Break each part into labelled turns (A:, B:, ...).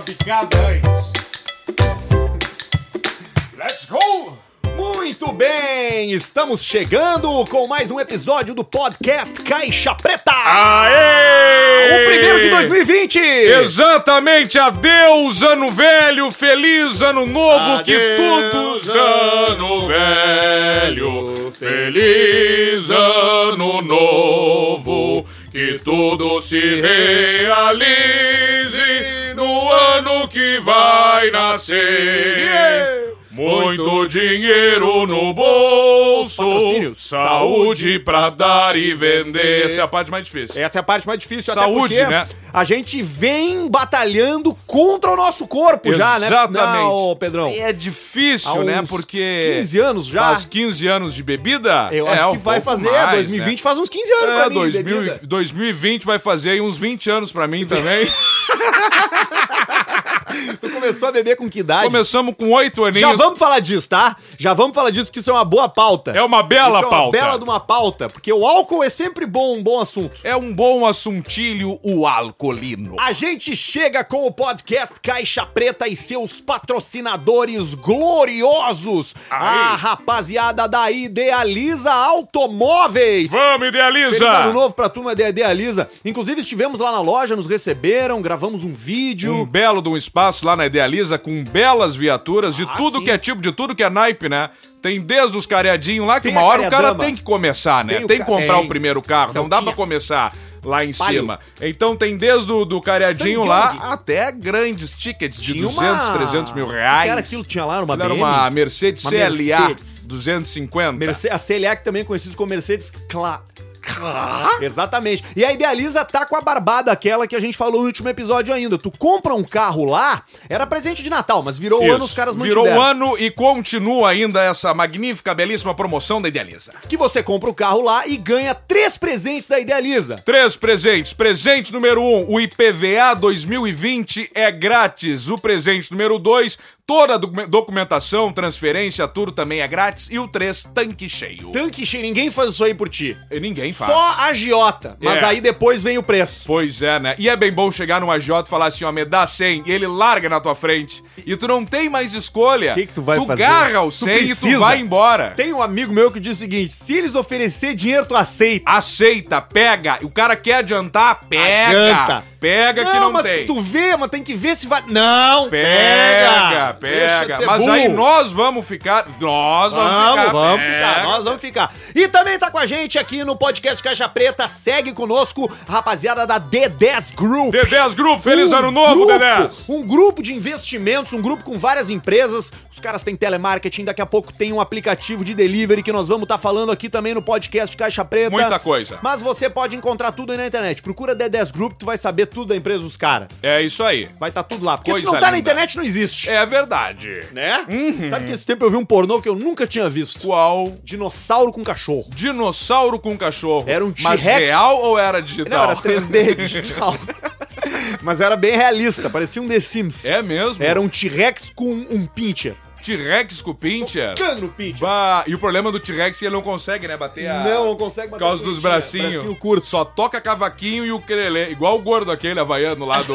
A: picadas. Let's go!
B: Muito bem, estamos chegando com mais um episódio do podcast Caixa Preta.
A: Aê!
B: O primeiro de 2020.
A: Exatamente, adeus ano velho, feliz ano novo, que
B: Adeus,
A: tudo ano velho, feliz ano novo, que tudo se realize no ano que vai nascer. Muito dinheiro no bolso,
B: Patrocínios.
A: saúde pra dar e vender. Essa é a parte mais difícil.
B: Essa é a parte mais difícil,
A: Saúde,
B: até porque
A: né?
B: a gente vem batalhando contra o nosso corpo já, né?
A: Exatamente.
B: Não, Pedrão.
A: É difícil,
B: Há
A: né?
B: uns
A: Porque
B: 15 anos já.
A: faz 15 anos de bebida.
B: Eu
A: é,
B: acho
A: um
B: que vai
A: pouco
B: fazer.
A: mais,
B: 2020
A: né?
B: faz uns 15 anos pra
A: É,
B: mim.
A: 2000
B: bebida.
A: 2020 vai fazer aí uns 20 anos pra mim também.
B: Tu começou a beber com que idade?
A: Começamos com 8 aninhos.
B: Já vamos falar disso, tá? Já vamos falar disso, que isso é uma boa pauta.
A: É uma bela
B: Isso é uma
A: pauta.
B: bela de uma pauta, porque o álcool é sempre bom, um bom assunto.
A: É um bom assuntilho o alcoolino.
B: A gente chega com o podcast Caixa Preta e seus patrocinadores gloriosos. A rapaziada da Idealiza Automóveis.
A: Vamos,
B: Feliz ano
A: idealiza!
B: novo pra turma da Idealiza. Inclusive, estivemos lá na loja, nos receberam, gravamos um vídeo.
A: Um belo de um espaço lá na Idealiza com belas viaturas de
B: Ah,
A: tudo
B: sim.
A: que é tipo, de tudo que é naipe, né? Tem desde os careadinhos lá que
B: Tem
A: uma
B: a
A: hora o cara
B: careadama.
A: tem que começar, né?
B: Tem
A: Tem,
B: o
A: que
B: ca-
A: comprar
B: tem.
A: o primeiro carro, não dá pra
B: Saltinha.
A: começar lá em
B: Palio.
A: cima. Então tem desde o do careadinho
B: Sangyong.
A: lá até grandes tickets de
B: Tinha
A: 200, 300 mil reais.
B: Que era aquilo que tinha lá, uma
A: Era
B: BM?
A: uma Mercedes
B: Uma
A: CLA
B: Mercedes.
A: 250.
B: Merce a CLA, que também é conhecida como Mercedes Clá. Exatamente. E a Idealiza tá com a barbada aquela que a gente falou no último episódio ainda. Tu compra um carro lá, era presente de Natal, mas virou
A: Isso.
B: ano, os caras mantiveram.
A: Virou o ano e continua ainda essa magnífica, belíssima promoção da Idealiza.
B: Que você compra o carro lá e ganha três presentes da Idealiza.
A: Três presentes. Presente número um, o IPVA 2020 é grátis. O presente número dois, toda a docu- documentação, transferência, tudo também é grátis. E o três, tanque cheio.
B: Tanque cheio, ninguém faz isso aí por ti.
A: E ninguém faz.
B: Só a Giota. Mas
A: É.
B: aí depois vem o preço.
A: Pois é, né? E é bem bom chegar num agiota e falar assim, ó, me dá 100, e ele larga na tua frente. E tu não tem mais escolha. O
B: Que que tu vai
A: tu
B: fazer?
A: garra o
B: Tu
A: 100 e tu
B: precisa.
A: vai embora.
B: Tem um amigo meu que diz o seguinte: se eles oferecer dinheiro, tu aceita.
A: aceita, pega. O cara quer adiantar, pega.
B: Adianta.
A: Pega que não
B: mas
A: tem.
B: tu vê, mas tem que ver se vai. Não!
A: Pega, pega.
B: Deixa de ser
A: Mas aí
B: burro.
A: nós vamos ficar. Nós vamos,
B: Vamos,
A: ficar. É.
B: vamos
A: pega.
B: ficar, nós vamos ficar. E também tá com a gente aqui no podcast Caixa Preta, segue conosco, rapaziada da D10 Group.
A: D10 Grupo, feliz
B: Um
A: ano novo,
B: grupo,
A: Dedé!
B: Um grupo de investimentos, um grupo com várias empresas. Os caras têm telemarketing, daqui a pouco tem um aplicativo de delivery que nós vamos estar falando aqui também no podcast Caixa Preta.
A: Muita coisa.
B: Mas você pode encontrar tudo aí na internet. Procura D10 Group, tu vai saber tudo da empresa dos caras.
A: É isso aí.
B: Vai estar tudo lá. Porque se
A: Coisa
B: não tá na
A: linda.
B: internet, não existe.
A: É verdade.
B: Né? Sabe que esse tempo eu vi um pornô que eu nunca tinha visto.
A: Qual
B: Dinossauro com cachorro.
A: dinossauro com cachorro?
B: Era um
A: Mas
B: T-Rex.
A: real ou era digital?
B: Não, era 3D digital. Mas era bem realista, parecia um The Sims.
A: É mesmo?
B: Era um T-Rex com um pincher.
A: T-Rex com o pincher?
B: Socando o pincher.
A: Bah, E o problema do T-Rex é que ele não consegue, né? Bater a.
B: Não, não consegue
A: Por
B: bater
A: causa
B: com
A: dos
B: pincher.
A: bracinhos.
B: Bracinho curto.
A: Só toca cavaquinho e o crelê. Igual o gordo aquele havaiano lá do.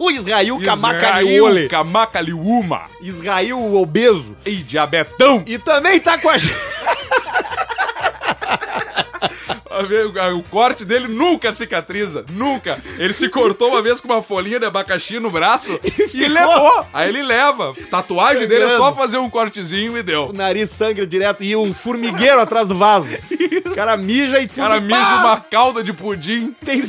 B: o Israel
A: Israel
B: Kamakaneole.
A: Kamakaliuma.
B: Israel obeso.
A: E diabetão.
B: E também tá com a gente.
A: A ver, O o corte dele nunca cicatriza. Nunca. Ele se cortou uma vez com uma folhinha de abacaxi no braço e levou. Aí ele leva. Tatuagem dele é só
B: Sangrando.
A: fazer um cortezinho e deu.
B: O nariz sangra direto e um formigueiro atrás do vaso. O cara mija e
A: O cara
B: fica-
A: mija uma calda de pudim.
B: Tem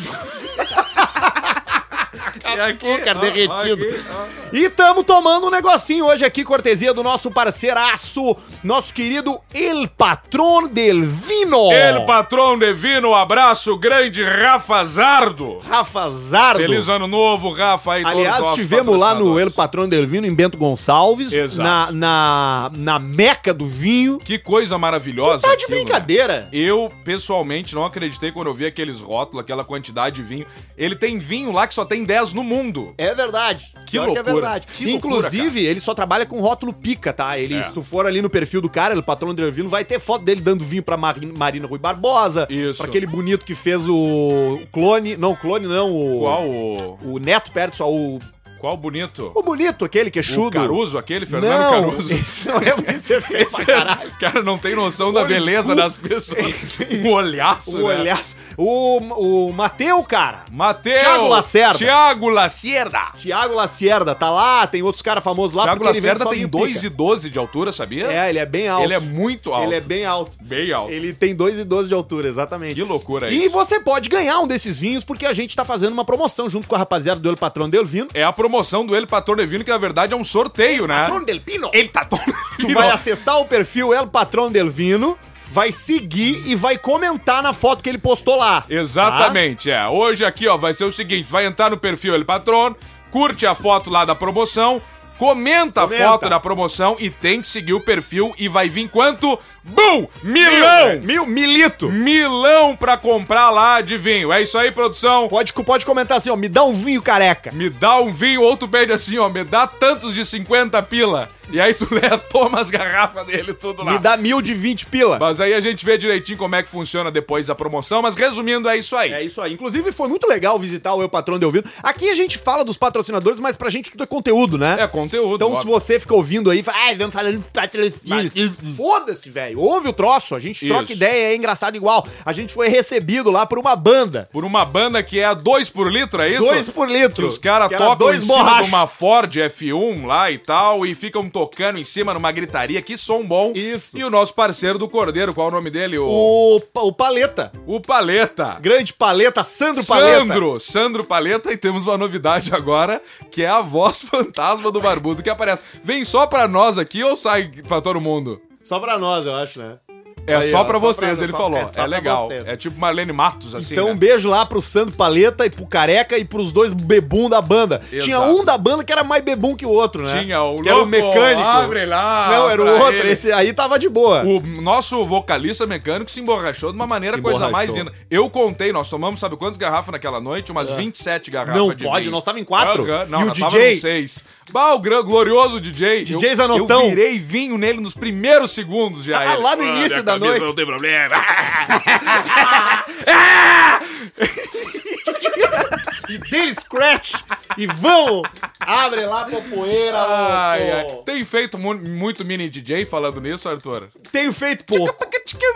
A: e aqui,
B: açúcar
A: ó,
B: derretido.
A: aqui, ó.
B: E tamo tomando um negocinho hoje aqui, cortesia do nosso parceiraço, nosso querido El Patrón del Vino.
A: Ele, patrão divino, um abraço grande, Rafa Zardo.
B: Rafa Zardo.
A: Feliz ano novo, Rafa. E todos os
B: Aliás,
A: nossos
B: tivemos lá no
A: patrocinadores.
B: El Patrón del Vino, em Bento Gonçalves,
A: Exato.
B: na, na, na meca do vinho.
A: Que coisa maravilhosa.
B: Tá de
A: aquilo, né?
B: brincadeira.
A: Eu, pessoalmente, não acreditei quando eu vi aqueles rótulos, aquela quantidade de vinho. Ele tem vinho lá que só tem 10 no mundo.
B: É verdade.
A: Que
B: Pior
A: loucura.
B: é verdade.
A: Que
B: Inclusive,
A: loucura,
B: ele só trabalha com rótulo pica, tá? Ele,
A: É.
B: se tu for ali no perfil do cara, o patrão do Vino, vai ter foto dele dando vinho pra Mari- Marina Rui Barbosa.
A: Isso.
B: Pra aquele bonito que fez o o clone. Não, o clone não, o.
A: Qual o...
B: O Neto Perto, só o.
A: Qual bonito?
B: O bonito, aquele queixudo.
A: O Caruso, aquele Fernando
B: não,
A: Caruso.
B: Isso não é o que você fez pra caralho.
A: O cara não tem noção da
B: Olho de
A: beleza
B: cu.
A: das pessoas. Um olhaço,
B: O
A: né?
B: olhaço. O, o Mateu, cara.
A: Mateus.
B: Thiago Lacerda.
A: Thiago Lacerda.
B: Thiago Lacerda tá lá, tem outros caras famosos lá.
A: Thiago
B: porque ele vem
A: Lacerda
B: só
A: tem
B: em
A: 2
B: pica.
A: e 12 de altura, sabia?
B: É, ele é bem alto.
A: Ele é muito alto.
B: Ele é bem alto.
A: Bem alto.
B: Ele tem 2 e 12 de altura, exatamente.
A: Que loucura aí.
B: E você pode ganhar um desses vinhos porque a gente tá fazendo uma promoção junto com a rapaziada do El Patrão Del Vino.
A: É a promoção do Ele Patrão Devino, que na verdade é um sorteio, né?
B: Del Pino.
A: Ele tá todo.
B: Tu vai acessar o perfil El Patrão Del Vino, vai seguir e vai comentar na foto que ele postou lá.
A: Exatamente, é. Hoje aqui, ó, vai ser o seguinte: vai entrar no perfil El Patron, curte a foto lá da promoção, comenta,
B: Comenta.
A: a foto da promoção e tem que seguir o perfil e vai vir quanto? Bum!
B: Tá?
A: Milão!
B: Mil, milito.
A: Milão pra comprar lá de vinho. É isso aí, produção.
B: Pode, pode comentar assim, ó, me dá um vinho careca.
A: Me dá um vinho, ou tu pede assim, ó, me dá tantos de 50 pila. E aí tu leva, toma as garrafas dele tudo lá.
B: Me dá mil de 20 pila.
A: Mas aí a gente vê direitinho como é que funciona depois da promoção, mas resumindo, é isso aí.
B: É isso aí. Inclusive, foi muito legal visitar o Eu Patrão de Ouvido. Aqui a gente fala dos patrocinadores, mas pra gente tudo é conteúdo, né?
A: É conteúdo.
B: Então,
A: óbvio.
B: se você fica ouvindo aí, fala, "Ah, ai, vamos falando dos
A: Mas
B: patrocínios.
A: isso-
B: Foda-se, velho. Ouve o troço, a gente troca
A: Isso.
B: ideia, é engraçado igual. A gente foi recebido lá por uma banda.
A: Por uma banda que é a 2 por litro, é isso?
B: Dois por litro.
A: Que os caras
B: Que era
A: tocam
B: dois
A: em cima
B: borrachas.
A: de uma Ford F1 lá e tal, e ficam tocando em cima numa gritaria, que som bom.
B: Isso.
A: E o nosso parceiro do Cordeiro, qual é o nome dele? O,
B: O, Pa- o Paleta.
A: o Paleta.
B: Grande Paleta, Sandro Paleta.
A: Sandro, Sandro Paleta, e temos uma novidade agora, que é a voz fantasma do Barbudo que aparece. Vem só pra nós aqui ou sai pra todo mundo?
B: Só pra nós, eu acho, né?
A: É
B: Aí,
A: só
B: ó,
A: pra
B: só
A: vocês,
B: pra-
A: ele
B: só-
A: falou.
B: é, só
A: É,
B: pra
A: legal.
B: vocês.
A: É tipo Marlene Matos, assim.
B: Então,
A: né?
B: um beijo lá pro Sandro Paleta e pro Careca e pros dois bebum da banda.
A: Exato.
B: Tinha um da banda que era mais bebum que o outro, né?
A: Tinha o
B: que era o
A: louco,
B: mecânico.
A: abre lá
B: Não, era
A: pra
B: o outro.
A: ele.
B: Esse aí tava de boa.
A: O nosso vocalista mecânico se emborrachou de uma maneira
B: Se
A: coisa mais
B: emborrachou. É.
A: linda. Eu contei, nós tomamos, sabe quantas garrafas naquela noite? Umas 27 garrafas
B: Não
A: de
B: pode,
A: vinho.
B: nós tava em quatro.
A: Aham, Não,
B: E o
A: nós tava
B: DJ?
A: em seis. Bah, o gran- glorioso DJ.
B: DJ
A: eu,
B: Zanotão.
A: Eu virei vinho nele nos primeiros segundos já.
B: Ah,
A: ele.
B: lá no início
A: minha camisa
B: da noite. Ah,
A: Não tem problema.
B: E dele scratch. e vamos. Abre lá pra poeira.
A: Ai, ai.
B: louco.
A: Tem feito mu- muito mini DJ falando nisso, Arthur?
B: Tenho feito pouco.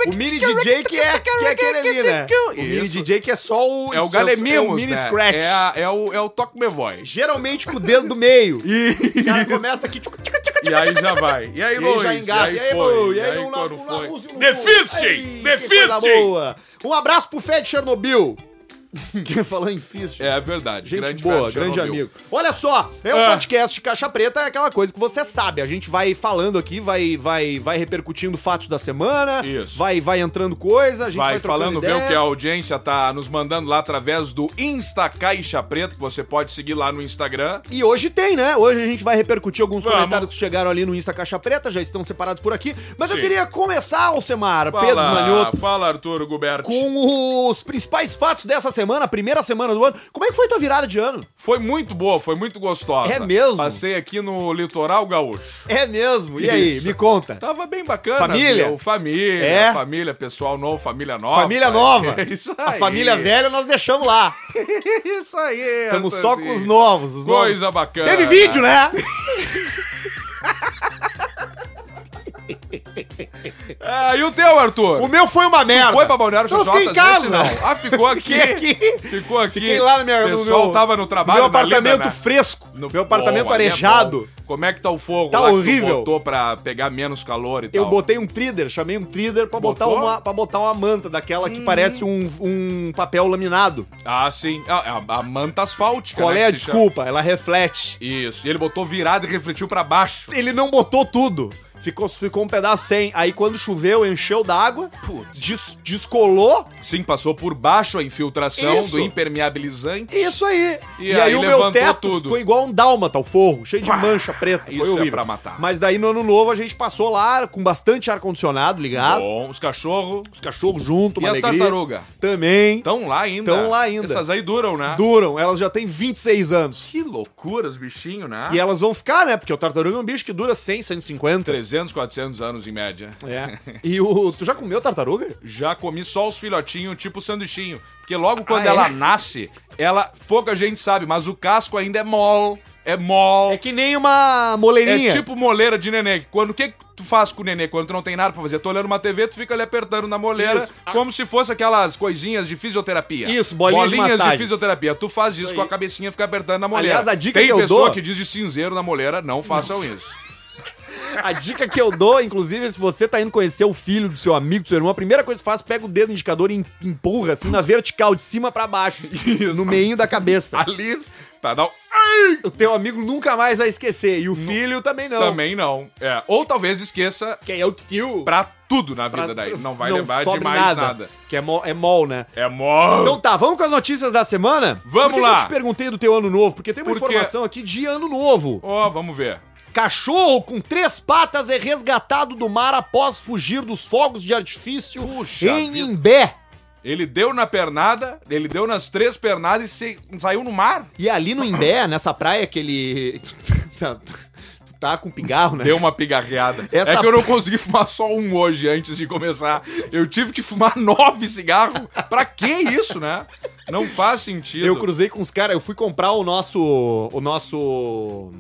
B: O mini DJ que é, que é aquele ali, né? O mini
A: Isso.
B: DJ que é só o...
A: É o Galemimos,
B: é o mini
A: né?
B: scratch.
A: É, a- é o, é o Toque Me Voz.
B: Geralmente com o dedo do meio.
A: E...
B: O cara começa aqui. tchuc, tchuc, tchuc,
A: E aí já vai. E aí,
B: E aí
A: Luiz?
B: já engata. E aí,
A: foi.
B: Lu? E aí,
A: E aí,
B: um
A: quando
B: lá- um lá,
A: foi?
B: um lá-
A: Defisting!
B: Ei, que coisa
A: Defisting!
B: boa. Um abraço pro Fed Chernobyl. Quem falou em Fist.
A: É verdade.
B: Gente
A: grande
B: boa,
A: Fred
B: grande
A: Chernobyl.
B: amigo. Olha só, é um
A: Ah.
B: podcast de caixa preta, é aquela coisa que você sabe. A gente vai falando aqui, vai vai vai repercutindo fatos da semana,
A: Isso.
B: vai vai entrando coisa, a gente vai,
A: Vai
B: trocando
A: falando, vê
B: ideia.
A: o que a audiência tá nos mandando lá através do Insta Caixa Preta, que você pode seguir lá no Instagram.
B: E hoje tem, né? Hoje a gente vai repercutir alguns
A: Vamos.
B: comentários que chegaram ali no Insta Caixa Preta, já estão separados por aqui. Mas eu
A: Sim.
B: queria começar, Alcemar,
A: Fala,
B: Pedro Manioto,
A: fala Arthur Guberti.
B: com os principais fatos dessa semana, a primeira semana do ano. Como é que foi tua virada de ano?
A: Foi muito boa, foi muito gostosa.
B: É mesmo?
A: Passei aqui no litoral gaúcho.
B: É mesmo? E aí,
A: Isso. Tá,
B: me conta.
A: Tava bem bacana,
B: Família?
A: viu? Família,
B: É?
A: família, pessoal novo, família nova.
B: família nova.
A: É isso aí. É
B: A família velha nós deixamos lá.
A: Isso aí.
B: Estamos só com os
A: Arthurzinho.
B: novos, os novos.
A: Coisa bacana.
B: Teve vídeo, né?
A: Ah, e o teu, Arthur?
B: O meu foi uma merda.
A: Foi pra Balneário
B: Então eu
A: Xoxotas?
B: fiquei em casa.
A: Esse não. Ah, ficou aqui.
B: Fiquei aqui.
A: Ficou aqui.
B: Fiquei lá na minha,
A: O pessoal tava no trabalho.
B: meu
A: na
B: apartamento
A: lida, né?
B: fresco. No meu apartamento
A: Bom, ali é
B: arejado.
A: bom. Como é que tá o fogo
B: Tá
A: lá que tu
B: horrível.
A: botou pra pegar menos calor e
B: Eu
A: tal?
B: botei um trider, chamei um trider pra botar,
A: Botou? Hum.
B: uma, pra botar uma manta daquela que parece um, um papel laminado.
A: Ah, sim. Ah, a, a manta asfáltica,
B: Qual
A: né,
B: é a
A: que se chama.
B: desculpa? Ela reflete.
A: Isso. E ele botou virado e refletiu pra baixo.
B: Ele não botou tudo. Ficou, ficou um pedaço sem. Aí quando choveu, encheu d'água, des- descolou.
A: Sim, passou por baixo a infiltração
B: Isso.
A: do impermeabilizante.
B: Isso aí.
A: E aí levantou tudo.
B: ficou igual um dálmata, o forro, cheio de
A: Pá.
B: mancha preta.
A: Isso
B: foi
A: é
B: horrível.
A: pra matar.
B: Mas daí no ano novo a gente passou lá com bastante ar-condicionado ligado,
A: Bom, os cachorros
B: os cachorros junto,
A: e Tá.
B: uma
A: as
B: alegria.
A: tartarugas.
B: Também
A: Estão lá ainda.
B: Tão lá ainda.
A: Essas aí duram, né?
B: duram, elas já têm 26 anos.
A: Que loucura os bichinhos, né?
B: E elas vão ficar, né? Porque o tartaruga é um bicho que dura 100, 150.
A: 300, 400 anos em média.
B: É. E o. Tu já comeu tartaruga?
A: Já comi só os filhotinhos, tipo sanduichinho. Porque logo quando
B: Ah,
A: ela
B: é?
A: nasce, ela. Pouca gente sabe, mas o casco ainda é mol. É mol.
B: É que nem uma moleirinha.
A: É tipo moleira de nenê. que Quando o que, que tu faz com o nenê quando tu não tem nada pra fazer? Tu olhando uma TV, tu fica ali apertando na moleira,
B: Isso. Ah.
A: como se fosse aquelas coisinhas de fisioterapia.
B: Isso, bolinha de
A: bolinhas
B: massagem.
A: fisioterapia. Tu faz isso,
B: aí.
A: com a cabecinha, fica apertando na moleira.
B: Aliás, a dica
A: tem
B: que eu
A: pessoa
B: dou-
A: que diz de cinzeiro na moleira, não façam isso.
B: A dica que eu dou, inclusive, é se você tá indo conhecer o filho do seu amigo, do seu irmão, a primeira coisa que faz, pega o dedo no indicador e em- empurra assim na vertical, de cima pra baixo.
A: Isso.
B: No meio da cabeça.
A: Ali, tá, não.
B: O teu amigo nunca mais vai esquecer. E o filho também não.
A: Também não. É. Ou talvez esqueça
B: Que é o tio.
A: pra tudo na vida
B: Pra-
A: daí. Não vai lembrar de
B: sobre
A: mais nada.
B: Que é mol, é mol, né?
A: É mol.
B: Então tá, vamos com as notícias da semana?
A: Vamos
B: Por que
A: lá.
B: Que eu te perguntei do teu ano novo, porque tem uma
A: Porque-
B: informação aqui de ano novo.
A: Ó, vamos ver.
B: Cachorro com três patas é resgatado do mar após fugir dos fogos de artifício
A: Puxa
B: em
A: vida.
B: Imbé.
A: Ele deu na pernada, ele deu nas três pernadas e se- saiu no mar.
B: E ali no Imbé, nessa praia que ele. tá, tu tá com pigarro, né?
A: Deu uma pigarreada.
B: Essa-
A: É que eu não consegui fumar só um hoje antes de começar. Eu tive que fumar nove cigarros. Pra que isso, né? Não faz sentido.
B: Eu cruzei com os caras, eu fui comprar o nosso. O nosso.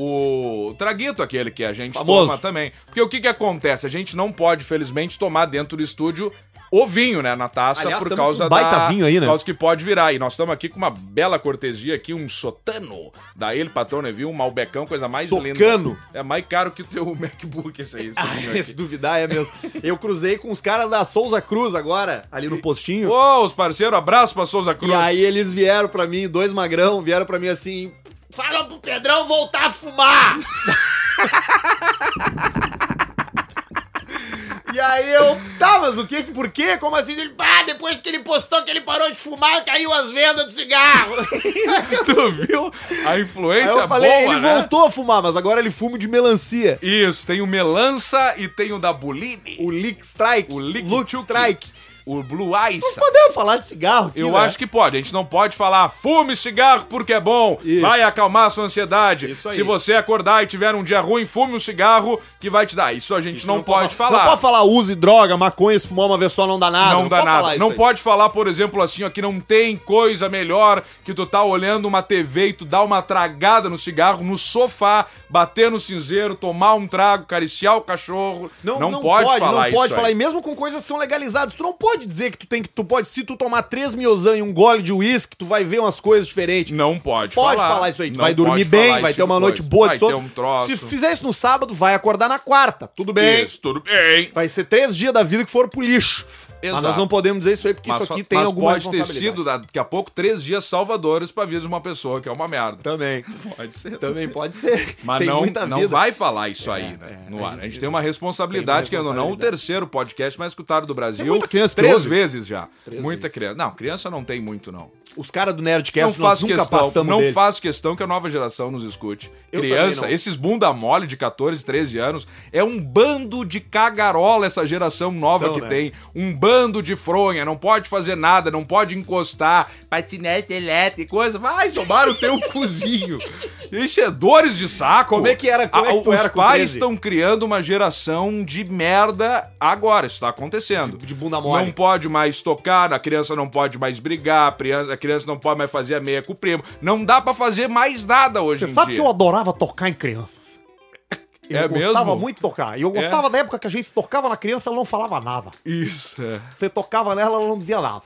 A: O traguito aquele que a gente
B: Famoso.
A: toma também. Porque o que que acontece? A gente não pode, felizmente, tomar dentro do estúdio o vinho, né, na taça,
B: Aliás,
A: por
B: tamo
A: causa
B: com um baita
A: da...
B: vinho aí, né?
A: Por causa que pode virar. E nós estamos aqui com uma bela cortesia aqui, um sotano da Ele Patrone Vinho, um malbecão, coisa mais
B: Socano. Ah,
A: linda. É mais caro que o teu MacBook esse aí. Esse vinho
B: Se
A: aqui.
B: duvidar é mesmo. Eu cruzei com os caras da Souza Cruz agora, ali no postinho.
A: Ô, os parceiros, abraço pra Souza Cruz.
B: E aí eles vieram pra mim, dois magrão, vieram pra mim assim. Fala pro Pedrão voltar a fumar! E aí eu, tá, mas o que, por quê? Como assim? Ele, ah, depois que ele postou que ele parou de fumar, caiu as vendas do cigarro.
A: Tu viu? A
B: Aí
A: influência
B: eu falei,
A: boa,
B: ele
A: né?
B: voltou a fumar, mas agora ele fuma de melancia.
A: Isso, tem o Melança e tem o da Buline,
B: O Lick Strike.
A: O Lick
B: Luke
A: Chuck.
B: Strike.
A: o Blue
B: Nós
A: Ice.
B: podemos falar de cigarro aqui,
A: Eu
B: né?
A: acho que pode. A gente não pode falar fume cigarro porque é bom,
B: Isso.
A: vai acalmar a sua ansiedade.
B: Isso aí.
A: Se você acordar e tiver um dia ruim, fume um cigarro que vai te dar. Isso a gente não, pode falar.
B: Não pode falar use droga, maconha, se fumar uma vez só não dá nada.
A: Não, dá
B: pode falar
A: nada.
B: isso
A: Não
B: aí.
A: pode falar, por exemplo, assim, ó, que não tem coisa melhor que tu tá olhando uma TV e tu dá uma tragada no cigarro, no sofá, bater no cinzeiro, tomar um trago, cariciar o cachorro. Não, pode, falar
B: Não pode
A: isso
B: falar.
A: aí.
B: E mesmo com coisas que são legalizadas, tu não pode dizer que tu tem que. Tu pode, se tu tomar três miozan e um gole de uísque, tu vai ver umas coisas diferentes.
A: Não pode,
B: Pode falar, isso aí, tu
A: Não
B: vai dormir
A: pode
B: bem,
A: falar
B: vai
A: esse
B: ter
A: tipo
B: uma
A: de
B: noite
A: coisa.
B: boa
A: Vai
B: de
A: ter
B: sono.
A: um troço.
B: Se fizer isso no sábado, vai acordar na quarta, tudo bem.
A: Isso, tudo bem.
B: Vai ser três dias da vida que foram pro lixo. Mas
A: Exato.
B: nós não podemos dizer isso aí, porque
A: Mas,
B: isso aqui
A: fa-
B: tem
A: mas
B: alguma
A: pode ter
B: responsabilidade.
A: sido daqui a pouco três dias salvadores pra vida de uma pessoa, que é uma merda.
B: Também.
A: Pode ser.
B: Também pode ser.
A: Mas
B: Tem
A: não,
B: muita
A: não
B: vida. É,
A: vai falar isso aí, né? no ar. A gente tem uma responsabilidade,
B: tem uma
A: querendo ou não, é o
B: responsabilidade.
A: terceiro podcast mais escutado do Brasil.
B: Tem muita criança que
A: três
B: ouve.
A: vezes já.
B: Três
A: muita
B: vezes.
A: criança. Não, criança não tem muito, não.
B: Os caras do
A: Não
B: Nerdcast nós
A: faço
B: nunca
A: questão.
B: passamos
A: Não
B: deles.
A: faço questão que a nova geração nos escute.
B: Eu
A: criança,
B: também não.
A: esses bunda mole de 14, 13 anos, é um bando de cagarola essa geração nova
B: São,
A: que
B: né?
A: tem. Um bando de fronha, não pode fazer nada, não pode encostar, patinete elétrico, coisa. Vai tomar o teu cozinho. Enchedores de saco.
B: Como é que era- como é que tu
A: os
B: era com
A: pais
B: 13?
A: estão criando uma geração de merda agora, isso tá acontecendo.
B: De bunda mole.
A: Não pode mais tocar, a criança não pode mais brigar, a criança, a criança não pode mais fazer a meia com o primo. Não dá pra fazer mais nada hoje
B: Você
A: em
B: sabe
A: um dia.
B: que eu adorava tocar em crianças. Eu
A: É
B: gostava
A: mesmo? É?
B: muito de tocar. E eu gostava da época que a gente tocava na criança, ela não falava nada.
A: Isso, é.
B: Você tocava nela, ela não dizia nada.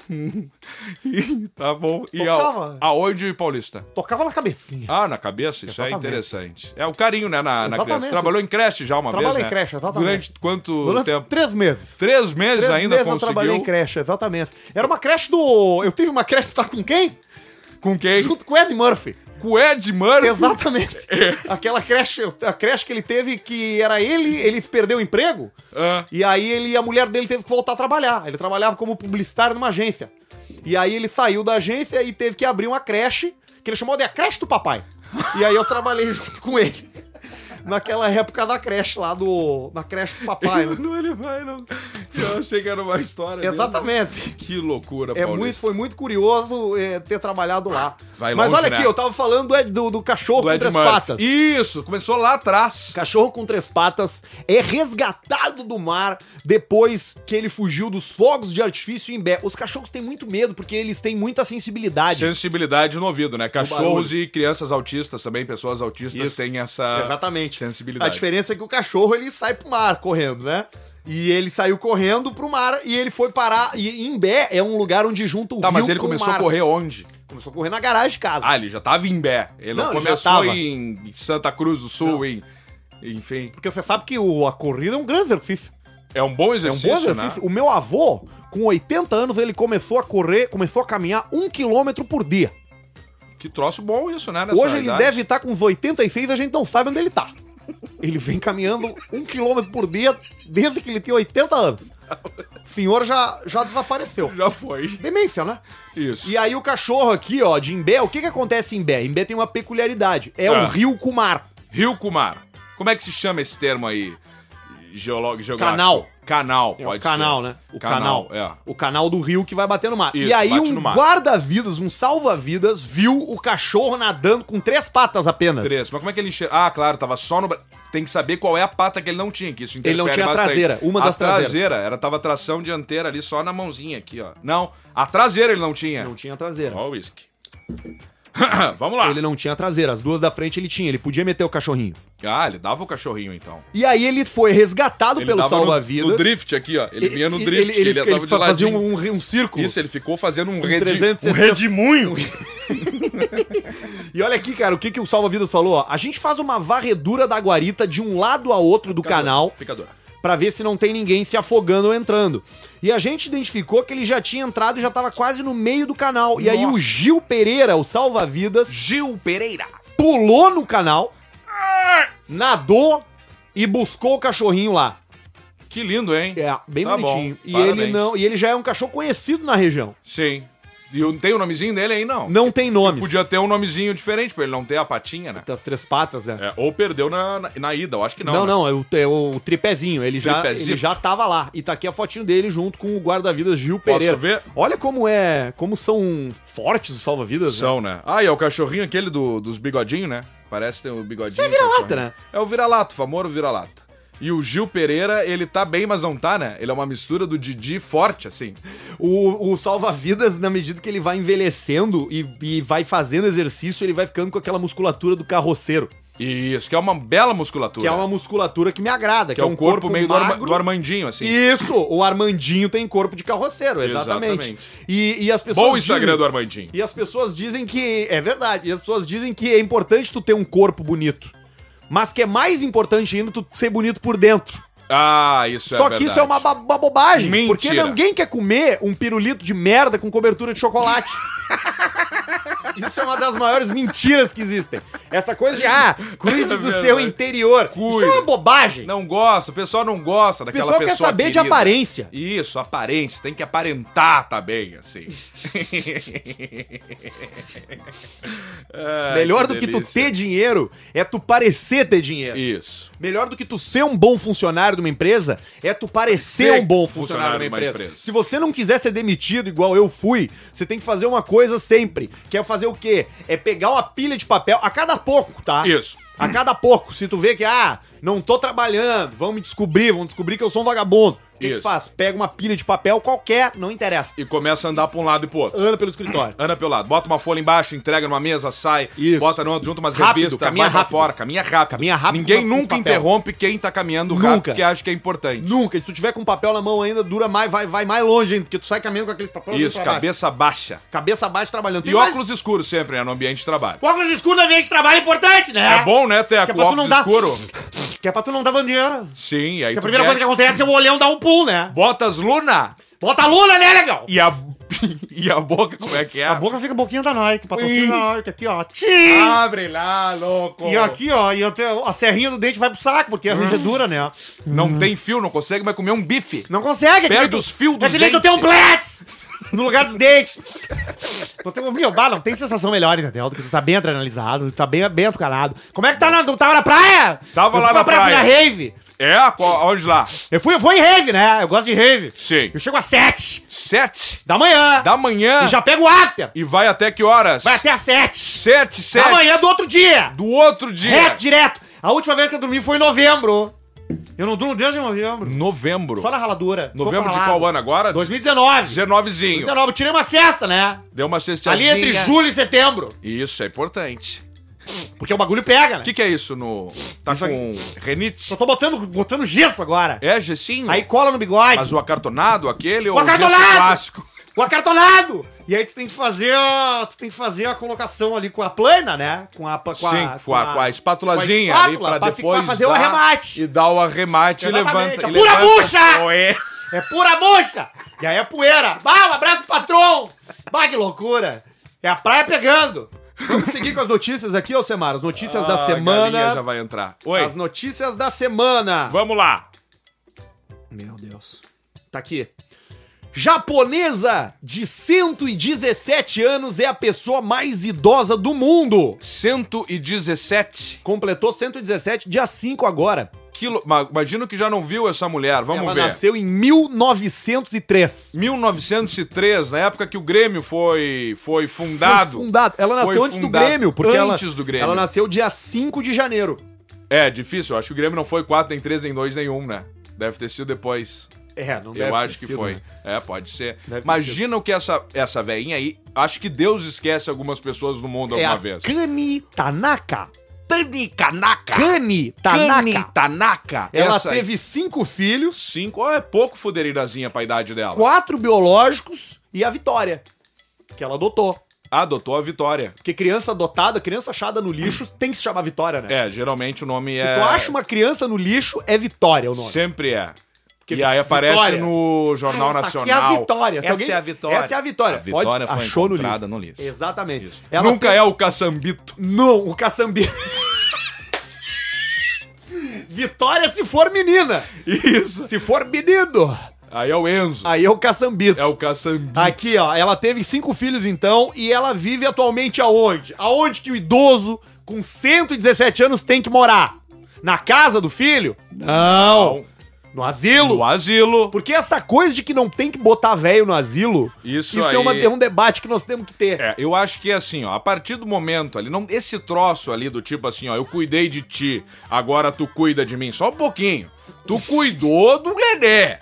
A: tá bom. E
B: Tocava.
A: ao, aonde, Paulista?
B: Tocava na cabecinha.
A: Ah, na cabeça, isso
B: Exatamente.
A: é interessante. É o carinho, né, na, na criança.
B: Exatamente.
A: Trabalhou em creche já uma
B: Trabalhei
A: vez,
B: em
A: né?
B: creche, exatamente.
A: Durante quanto
B: Durante
A: tempo?
B: três meses.
A: Três meses
B: Três
A: ainda
B: meses eu trabalhei em
A: conseguiu.
B: creche, exatamente. Era uma creche do. Eu tive uma creche, tá com quem?
A: Com quem?
B: Junto com o Ed Murphy.
A: Com o Ed Murphy.
B: Exatamente.
A: É.
B: Aquela creche, a creche que ele teve, que era ele, ele perdeu o emprego.
A: Ah.
B: E aí ele, a mulher dele teve que voltar a trabalhar. Ele trabalhava como publicitário numa agência. E aí ele saiu da agência e teve que abrir uma creche, que ele chamou de a creche do papai. E aí eu trabalhei junto com ele. naquela época da creche lá do. Na creche do papai. né?
A: Não, ele vai, não. Eu achei que era uma história. mesmo.
B: Exatamente.
A: Que loucura,
B: É
A: Paulista.
B: muito, foi muito curioso é, ter trabalhado lá.
A: Vai
B: Mas
A: longe,
B: olha aqui,
A: né?
B: eu tava falando do, Ed- do- do cachorro
A: Do
B: com
A: Ed
B: três
A: Murphy.
B: patas.
A: Isso, começou lá atrás.
B: Cachorro com três patas é resgatado do mar depois que ele fugiu dos fogos de artifício em Bé. Os cachorros têm muito medo porque eles têm muita sensibilidade.
A: Sensibilidade no ouvido, né? Cachorros
B: barulho.
A: e crianças autistas também, pessoas autistas
B: Isso.
A: têm essa
B: Exatamente. A
A: Ah, sensibilidade.
B: diferença é que o cachorro ele sai pro mar correndo, né? E ele saiu correndo pro mar e ele foi parar. E Imbé é um lugar onde junta o
A: Tá, mas ele
B: com o
A: começou
B: mar.
A: a correr onde?
B: Começou a correr na garagem de casa.
A: Ah, ele já tava em Bé. Ele não,
B: Não, ele já
A: começou
B: tava.
A: em em Santa Cruz do Sul, em. Enfim.
B: Porque você sabe que o- a corrida é um grande exercício.
A: É um bom
B: É um
A: exercício.
B: bom exercício. O meu avô, com 80 anos, ele começou a correr, começou a caminhar um quilômetro por dia.
A: Né? Que troço bom isso, né?
B: Hoje ele
A: idade.
B: deve estar com uns 86, a gente não sabe onde ele tá. Ele vem caminhando um quilômetro por dia desde que ele tem 80 anos. O senhor já, já desapareceu.
A: Já foi.
B: Demência, né?
A: Isso.
B: E aí o cachorro aqui, ó, de Imbé, o que que acontece em Imbé? Imbé tem uma peculiaridade, é
A: Ah.
B: um rio com mar.
A: Rio Kumar. Como é que se chama esse termo aí? Geólogo, geográfico.
B: Canal.
A: Canal,
B: É
A: pode
B: o canal,
A: ser.
B: né? O
A: Canal,
B: canal.
A: é.
B: O canal do rio que vai bater no mar.
A: Isso,
B: e aí
A: bate
B: um
A: no mar.
B: guarda-vidas, um salva-vidas, viu o cachorro nadando com três patas apenas.
A: Três. Mas como é que ele enxerga? Ah, claro, tava só no. bra- Tem que saber qual é a pata que ele não tinha, que isso interfere
B: Ele não tinha a
A: bastante.
B: traseira, uma das
A: a traseira.
B: traseiras.
A: Era, tava tração dianteira ali só na mãozinha aqui, ó. Não, a traseira ele não tinha.
B: Não tinha traseira.
A: Ó o uísque. Vamos lá.
B: Ele não tinha traseira, as duas da frente ele tinha, ele podia meter o cachorrinho.
A: Ah, ele dava o cachorrinho então.
B: E aí ele foi resgatado
A: Ele
B: pelo
A: dava no-
B: salva-vidas.
A: No drift aqui, ó. Ele vinha no
B: E-
A: drift,
B: Ele, ele, ele
A: andava de
B: fazia
A: ladinho.
B: um, um, um círculo.
A: Isso, ele ficou fazendo um,
B: Um
A: redi...
B: 360.
A: um redimunho. é-
B: E olha aqui, cara, o que, que o salva-vidas falou? ó? A gente faz uma varredura da guarita de um lado a outro do canal
A: Picador.
B: pra ver se não tem ninguém se afogando ou entrando. E a gente identificou que ele já tinha entrado e já tava quase no meio do canal. E aí
A: Nossa.
B: o Gil Pereira, o salva-vidas,
A: Gil Pereira.
B: pulou no canal, nadou e buscou o cachorrinho lá.
A: Que lindo, hein?
B: É, bem
A: Tá
B: bonitinho.
A: bom,
B: e
A: parabéns.
B: ele não, e ele já é um cachorro conhecido na região.
A: Sim. E eu não tem o nomezinho dele aí, não.
B: Não tem nomes.
A: Podia ter um nomezinho diferente pra ele não ter a patinha, né?
B: Das três patas, né?
A: É, ou perdeu na, na, na ida, eu acho que não.
B: Não,
A: né?
B: não, é o, é o tripézinho. Ele já,
A: Tripézito.
B: ele já tava lá. E tá aqui a fotinho dele junto com o guarda-vidas Gil Pereira.
A: ver?
B: Olha como é. Como são fortes os salva-vidas. né?
A: São, né? Ah, e é o cachorrinho aquele do, dos bigodinhos, né? Parece ter o bigodinho.
B: Isso é vira-lata,
A: cachorrinho.
B: né?
A: É o vira-lata, o famoso vira-lata. E o Gil Pereira, ele tá bem, mas não tá, né? Ele é uma mistura do Didi forte, assim.
B: O, o salva-vidas, na medida que ele vai envelhecendo e, e vai fazendo exercício, ele vai ficando com aquela musculatura do carroceiro.
A: E isso, que é uma bela musculatura.
B: Que é uma musculatura que me agrada,
A: Que
B: que,
A: é um corpo, meio do, Arma-
B: magro.
A: do Armandinho, assim.
B: Isso, o Armandinho tem corpo de carroceiro, exatamente.
A: Exatamente.
B: E, e as pessoas.
A: Bom o Instagram
B: dizem-
A: do Armandinho.
B: E as pessoas dizem que. É verdade. E as pessoas dizem que é importante tu ter um corpo bonito. Mas que é mais importante ainda tu ser bonito por dentro.
A: Ah, isso é
B: Só que isso é uma, ba- uma bobagem. Porque
A: Mentira.
B: ninguém quer comer um pirulito de merda com cobertura de chocolate. Isso é uma das maiores mentiras que existem. Essa coisa de, ah, cuide
A: É
B: do
A: verdade.
B: seu interior. Isso
A: Cuida.
B: é uma bobagem.
A: Não gosta, o pessoal não gosta
B: o
A: daquela
B: pessoal
A: pessoa.
B: quer saber de
A: querida.
B: aparência.
A: Isso, aparência, tem que aparentar tá bem, assim. Ai,
B: Melhor do que tu
A: delícia.
B: ter dinheiro é tu parecer ter dinheiro.
A: Isso.
B: Melhor do que tu ser um bom funcionário de uma empresa é tu parecer
A: Ser
B: um bom
A: funcionário
B: funcionário de uma empresa.
A: de uma empresa.
B: Se você não quiser ser demitido igual eu fui, você tem que fazer uma coisa sempre. Que é fazer o quê? É pegar uma pilha de papel a cada pouco, tá?
A: Isso.
B: A cada pouco. Se tu vê que, ah, não tô trabalhando, vão me descobrir, vão descobrir que eu sou um vagabundo. O que, que
A: Isso.
B: faz? Pega uma pilha de papel qualquer, não interessa.
A: E começa a andar pra um lado e pro outro.
B: Anda pelo escritório.
A: Anda pelo lado, bota uma folha embaixo, entrega numa mesa, sai,
B: Isso.
A: bota no outro, junta umas
B: Rápido,
A: revistas,
B: caminha
A: vai pra
B: rápido.
A: fora, caminha rápido.
B: Caminha rápido
A: Ninguém
B: com- com os
A: nunca
B: papel.
A: interrompe quem tá caminhando rápido,
B: Nunca.
A: porque acho que é importante.
B: Nunca. E se tu tiver com papel na mão ainda, dura mais, vai, vai mais longe ainda, porque tu sai caminhando com aqueles papéis
A: Isso,
B: cabeça.
A: cabeça baixa.
B: Cabeça baixa trabalhando.
A: E
B: Tem mais-
A: óculos escuros sempre, né, no ambiente de trabalho.
B: O óculos escuro
C: um
B: no ambiente de trabalho é importante, né?
A: É bom, né,
B: Que é
A: Teco?
B: pra tu
A: Óculos
B: não dar-
A: escuro.
B: Que é pra tu não dar bandeira.
A: Sim, e aí
B: Que é a
A: tu
B: primeira
A: quer-
B: coisa que acontece é o olhão dar um pulo, né?
A: Botas Luna
B: Bota a luna, né, legal?
A: e a shopping e a boca, como é que é?
C: A boca fica um boquinha da Nike, patrocínio
A: Ui.
C: da Nike, aqui, ó. Tchim!
A: Abre lá, louco.
C: E aqui, ó, e até a serrinha do dente vai pro saco, porque a rangedura, né?
A: Não tem fio, não consegue mais comer um bife.
C: Não consegue,
A: Perde
C: que nem
A: os fios dos
C: É que nem tu
A: dentes.
C: tem um Plex no lugar dos dentes. tu tem, um meu, bah, não tem sensação melhor, entendeu? Do que tu tá bem adrenalizado, tu tá bem, bem atucarado. Como é que tá na, tu tava na praia?
A: Tava
C: Eu
A: lá
C: fui pra
A: na praia.
C: Fui na rave.
A: É? Qual- Onde lá?
C: Eu fui, eu vou em rave, né? Eu gosto de rave.
A: Sim.
C: Eu chego às sete
A: Sete
C: da manhã.
A: da manhã
C: E já pego o after.
A: e vai até que horas?
C: Vai até às sete.
A: Sete, sete.
C: Da manhã do outro dia.
A: Do outro dia.
C: Reto, direto. A última vez que eu dormi foi em novembro. Eu não durmo desde novembro.
A: Novembro.
C: Só na raladura.
A: Novembro
C: Tô
A: de
C: ralado.
A: qual ano agora?
C: 2019.
A: 19zinho.
C: 2019. Eu tirei uma cesta, né?
A: Deu uma cesteadinha.
C: Ali entre julho e setembro.
A: Isso, é importante.
C: Porque o bagulho pega, né?
A: O que, que é isso no... Tá
C: Isso
A: com renite?
C: Só tô botando, botando gesso agora.
A: É gessinho?
C: Aí cola no bigode.
A: Mas o acartonado, aquele
C: O
A: ou gesso
C: acartonado!
A: clássico?
C: O acartonado! E aí tu tem que fazer a, tu tem que fazer a colocação ali com a plana, né? Com a com a,
A: Sim, com a, com a espátulazinha
C: com a
A: ali
C: espátula,
A: pra
C: pra
A: depois
C: fi- pra fazer o
A: dar-
C: arremate.
A: E dar o arremate e
C: Exatamente,
A: levanta.
C: a
A: e
C: pura
A: levanta.
C: bucha!
A: Oh, é.
C: É pura bucha! E aí é poeira. Bah, um abraço pro patrão! Bah, que loucura! É a praia pegando.
B: Vamos seguir com as notícias aqui, ô Semar. As notícias
A: Ah,
B: da
A: a galinha já
B: semana.
A: vai entrar. Oi,
B: As notícias da semana.
A: vamos lá.
B: Meu Deus. Tá aqui. Japonesa de 117 anos é a pessoa mais idosa do mundo.
A: 117
B: Completou 117 dia 5 agora.
A: quilos. Imagino que já não viu essa mulher. Vamos
B: Ela
A: ver.
B: nasceu em 1903.
A: 1903, na época que o Grêmio foi, foi fundado.
B: Foi fundado. Ela nasceu
A: Foi
B: antes
A: fundado.
B: do Grêmio, porque
A: Antes
B: ela,
A: do Grêmio.
B: ela nasceu dia 5 de janeiro.
A: É, difícil. Eu acho que o Grêmio não foi 4, nem 3, nem 2, nem 1, né? Deve ter sido depois.
B: É, não
A: Eu acho que foi.
B: né?
A: É, pode ser.
B: Deve ter
A: Imagina o que essa, essa veinha aí. Acho que Deus esquece algumas pessoas no mundo
B: É
A: alguma
B: a
A: vez.
B: Kani Tanaka.
A: Tani Kanaka!
B: Kani
A: Kani
B: Tanaka.
A: Tanaka!
B: Ela
A: Essa aí.
B: teve cinco filhos,
A: Cinco, ó, é pouco fuderirazinha pra idade dela.
B: quatro biológicos e a Vitória, que ela adotou.
A: Adotou a Vitória.
B: Porque criança adotada, criança achada no lixo, tem que se chamar Vitória, né?
A: É, geralmente o nome
B: Se
A: é.
B: tu acha uma criança no lixo, é Vitória o nome.
A: Sempre é.
B: Porque
A: e aí
B: Vitória-
A: aparece no Jornal
B: Ah, essa aqui é
A: Nacional.
B: a Vitória. Se
A: Essa
B: alguém-
A: é a Vitória.
B: Essa é a Vitória.
A: A Vitória
B: Pode-
A: foi
B: achou no
A: encontrada no lixo.
B: Exatamente.
A: Nunca é o caçambito.
B: Não, o Caçambi. Vitória se for menina.
A: Isso.
B: Se for menino,
A: Aí é o Enzo.
B: aí é o Caçambito.
A: É o caçambito.
B: Aqui, ó, ela teve cinco filhos então e ela vive atualmente aonde? Aonde que o idoso com 117 anos tem que morar? Na casa do filho? Não. No asilo?
A: No asilo.
B: Porque essa coisa de que não tem que botar velho no asilo,
A: Isso
B: é
A: aí.
B: uma, é um debate que nós temos que ter.
A: É, eu acho que é assim, ó, a partir do momento ali, não, esse troço ali do tipo assim, ó, eu cuidei de ti, agora tu cuida de mim, só um pouquinho. Tu cuidou do nenê.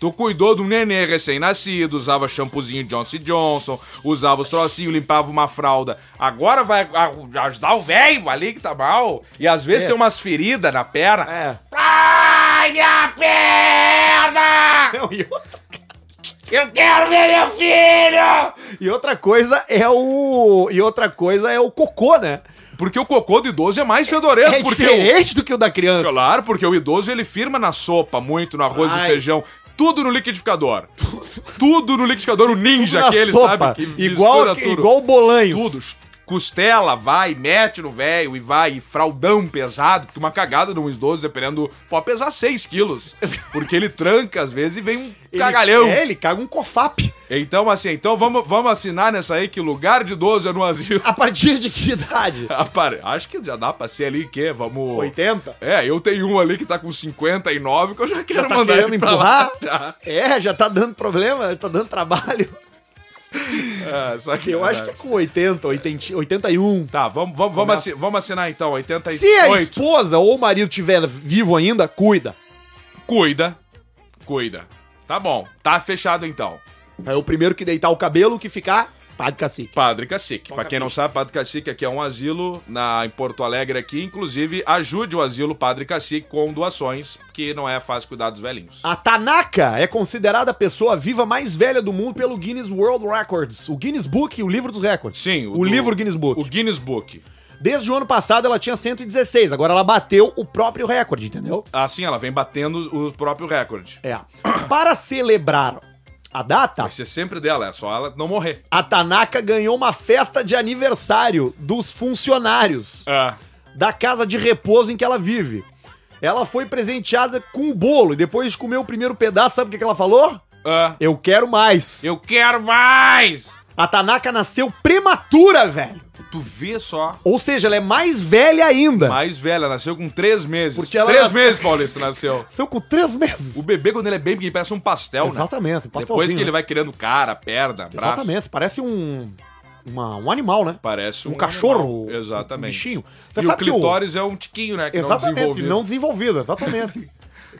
A: Tu cuidou do nenê recém-nascido, usava shampoozinho Johnson Johnson, usava os trocinhos, limpava uma fralda. Agora vai a- ajudar o velho ali que tá mal. E às vezes tem umas feridas na perna.
B: É.
A: Ai, minha perna!
B: Não, e outra-
A: Eu quero ver meu filho!
B: E outra coisa é o. E outra coisa é o cocô, né?
A: Porque o cocô do idoso é mais fedorento,
B: É
A: porque o-
B: diferente do que o da criança.
A: Claro, porque o idoso ele firma na sopa muito, no arroz e
B: Ai.
A: feijão. Tudo no liquidificador. tudo no liquidificador, o ninja
B: na
A: aquele,
B: sopa.
A: sabe? Que
B: igual,
A: mistura
B: que- igual o bolanhos.
A: Tudo. Costela, vai, mete no velho e vai, e fraldão pesado, porque uma cagada de um idoso, dependendo, pode pesar 6 quilos. Porque ele tranca às vezes e vem um
B: Ele-
A: cagalhão.
B: É, ele caga um cofap.
A: Então, assim, então vamos, vamos assinar nessa aí que lugar de idoso é no asilo.
B: A partir de que idade?
A: Apare- Acho que já dá pra ser ali, que vamos...
B: 80?
A: É, eu tenho um ali que tá com 59 que eu já quero
B: Já tá
A: mandar
B: querendo
A: ele pra
B: empurrar?
A: lá. Já.
B: É, já tá dando problema, já tá dando trabalho.
A: É, só que
B: Eu acho que é com 80, 80 81.
A: Tá, vamos, vamos, vamos, assi- vamos assinar então,
B: Se a
A: 88.
B: esposa ou o marido tiver vivo ainda, cuida.
A: Cuida. Cuida. Tá bom, tá fechado então.
B: É o primeiro que deitar o cabelo que ficar, pá de cacique.
A: Padre Cacique. Pra quem
B: Cacique.
A: não sabe, Padre Cacique aqui é um asilo na, em Porto Alegre aqui. Inclusive, ajude o asilo Padre Cacique com doações, que não é fácil cuidar dos velhinhos.
B: A Tanaka é considerada a pessoa viva mais velha do mundo pelo Guinness World Records. O Guinness Book e o livro dos recordes.
A: Sim,
B: o,
A: do-
B: livro Guinness Book.
A: O Guinness Book.
B: Desde o ano passado ela tinha 116, agora ela bateu o próprio recorde, entendeu?
A: Assim, ela vem batendo o próprio recorde.
B: É. Para celebrar A data?
A: Vai ser sempre dela, é só ela não morrer.
B: A Tanaka ganhou uma festa de aniversário dos funcionários
A: Ah,
B: da casa de repouso em que ela vive. Ela foi presenteada com um bolo e depois de comer o primeiro pedaço, sabe o que que ela falou?
A: ah,
B: Eu quero mais.
A: eu quero mais!
B: A Tanaka nasceu prematura, velho.
A: Tu vê só.
B: Ou seja, ela é mais velha ainda.
A: Mais velha, nasceu com três meses.
B: Porque ela
A: três
B: nasceu-
A: meses, Paulista, nasceu.
B: Nasceu com três meses.
A: O bebê, quando ele é bem pequeno, parece um pastel, né?
B: Exatamente. pastelzinho,
A: Depois que
B: né?
A: ele vai criando cara, perna, braço.
B: Exatamente, parece um. uma- um animal, né?
A: Parece
B: Um,
A: um.
B: cachorro.
A: animal. Exatamente.
B: Um bichinho.
A: E o clitóris é um tiquinho, né?
B: que
A: Que
B: o...
A: não
B: Exatamente,
A: desenvolvido.
B: não desenvolvido, exatamente.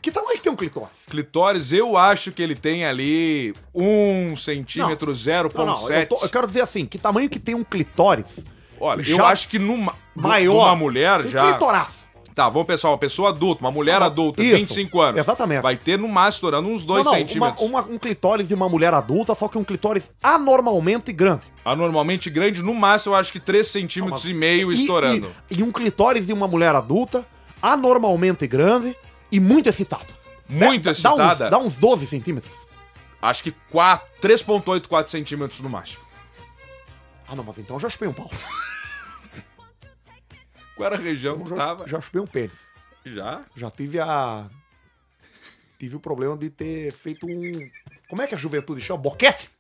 B: que tamanho que tem um clitóris?
A: Clitóris, eu acho que ele tem ali um centímetro,
B: Não, não, eu,
A: 0,7.
B: tô- eu quero dizer assim, que tamanho que tem um clitóris
A: Olha, eu
B: já
A: acho que numa.
B: maior?
A: Uma mulher
B: um
A: já.
B: clitoraço.
A: Tá, vamos pensar, uma pessoa adulta, uma mulher
B: Uma-
A: adulta,
B: Ah, Isso,
A: 25 anos.
B: exatamente.
A: Vai ter no máximo estourando uns 2
B: Não, não,
A: centímetros.
B: uma- uma- um clitóris de uma mulher adulta, só que um clitóris anormalmente grande.
A: Anormalmente Ah, grande, no máximo eu acho que 3 centímetros e meio estourando.
B: E, e um clitóris de uma mulher adulta, anormalmente grande e muito excitado.
A: Muito
B: Dá- um-
A: excitada.
B: Dá um- uns, dá uns 12 centímetros.
A: Acho que 4, 3,8, 4 centímetros no máximo.
B: Ah, não, mas então eu já chupei um pau.
A: Qual era a região
B: Eu
A: que
B: já,
A: tava?
B: já chupei um pênis.
A: Já?
B: Já tive a. Tive o problema de ter feito um. Como é que a juventude chama? Boquete?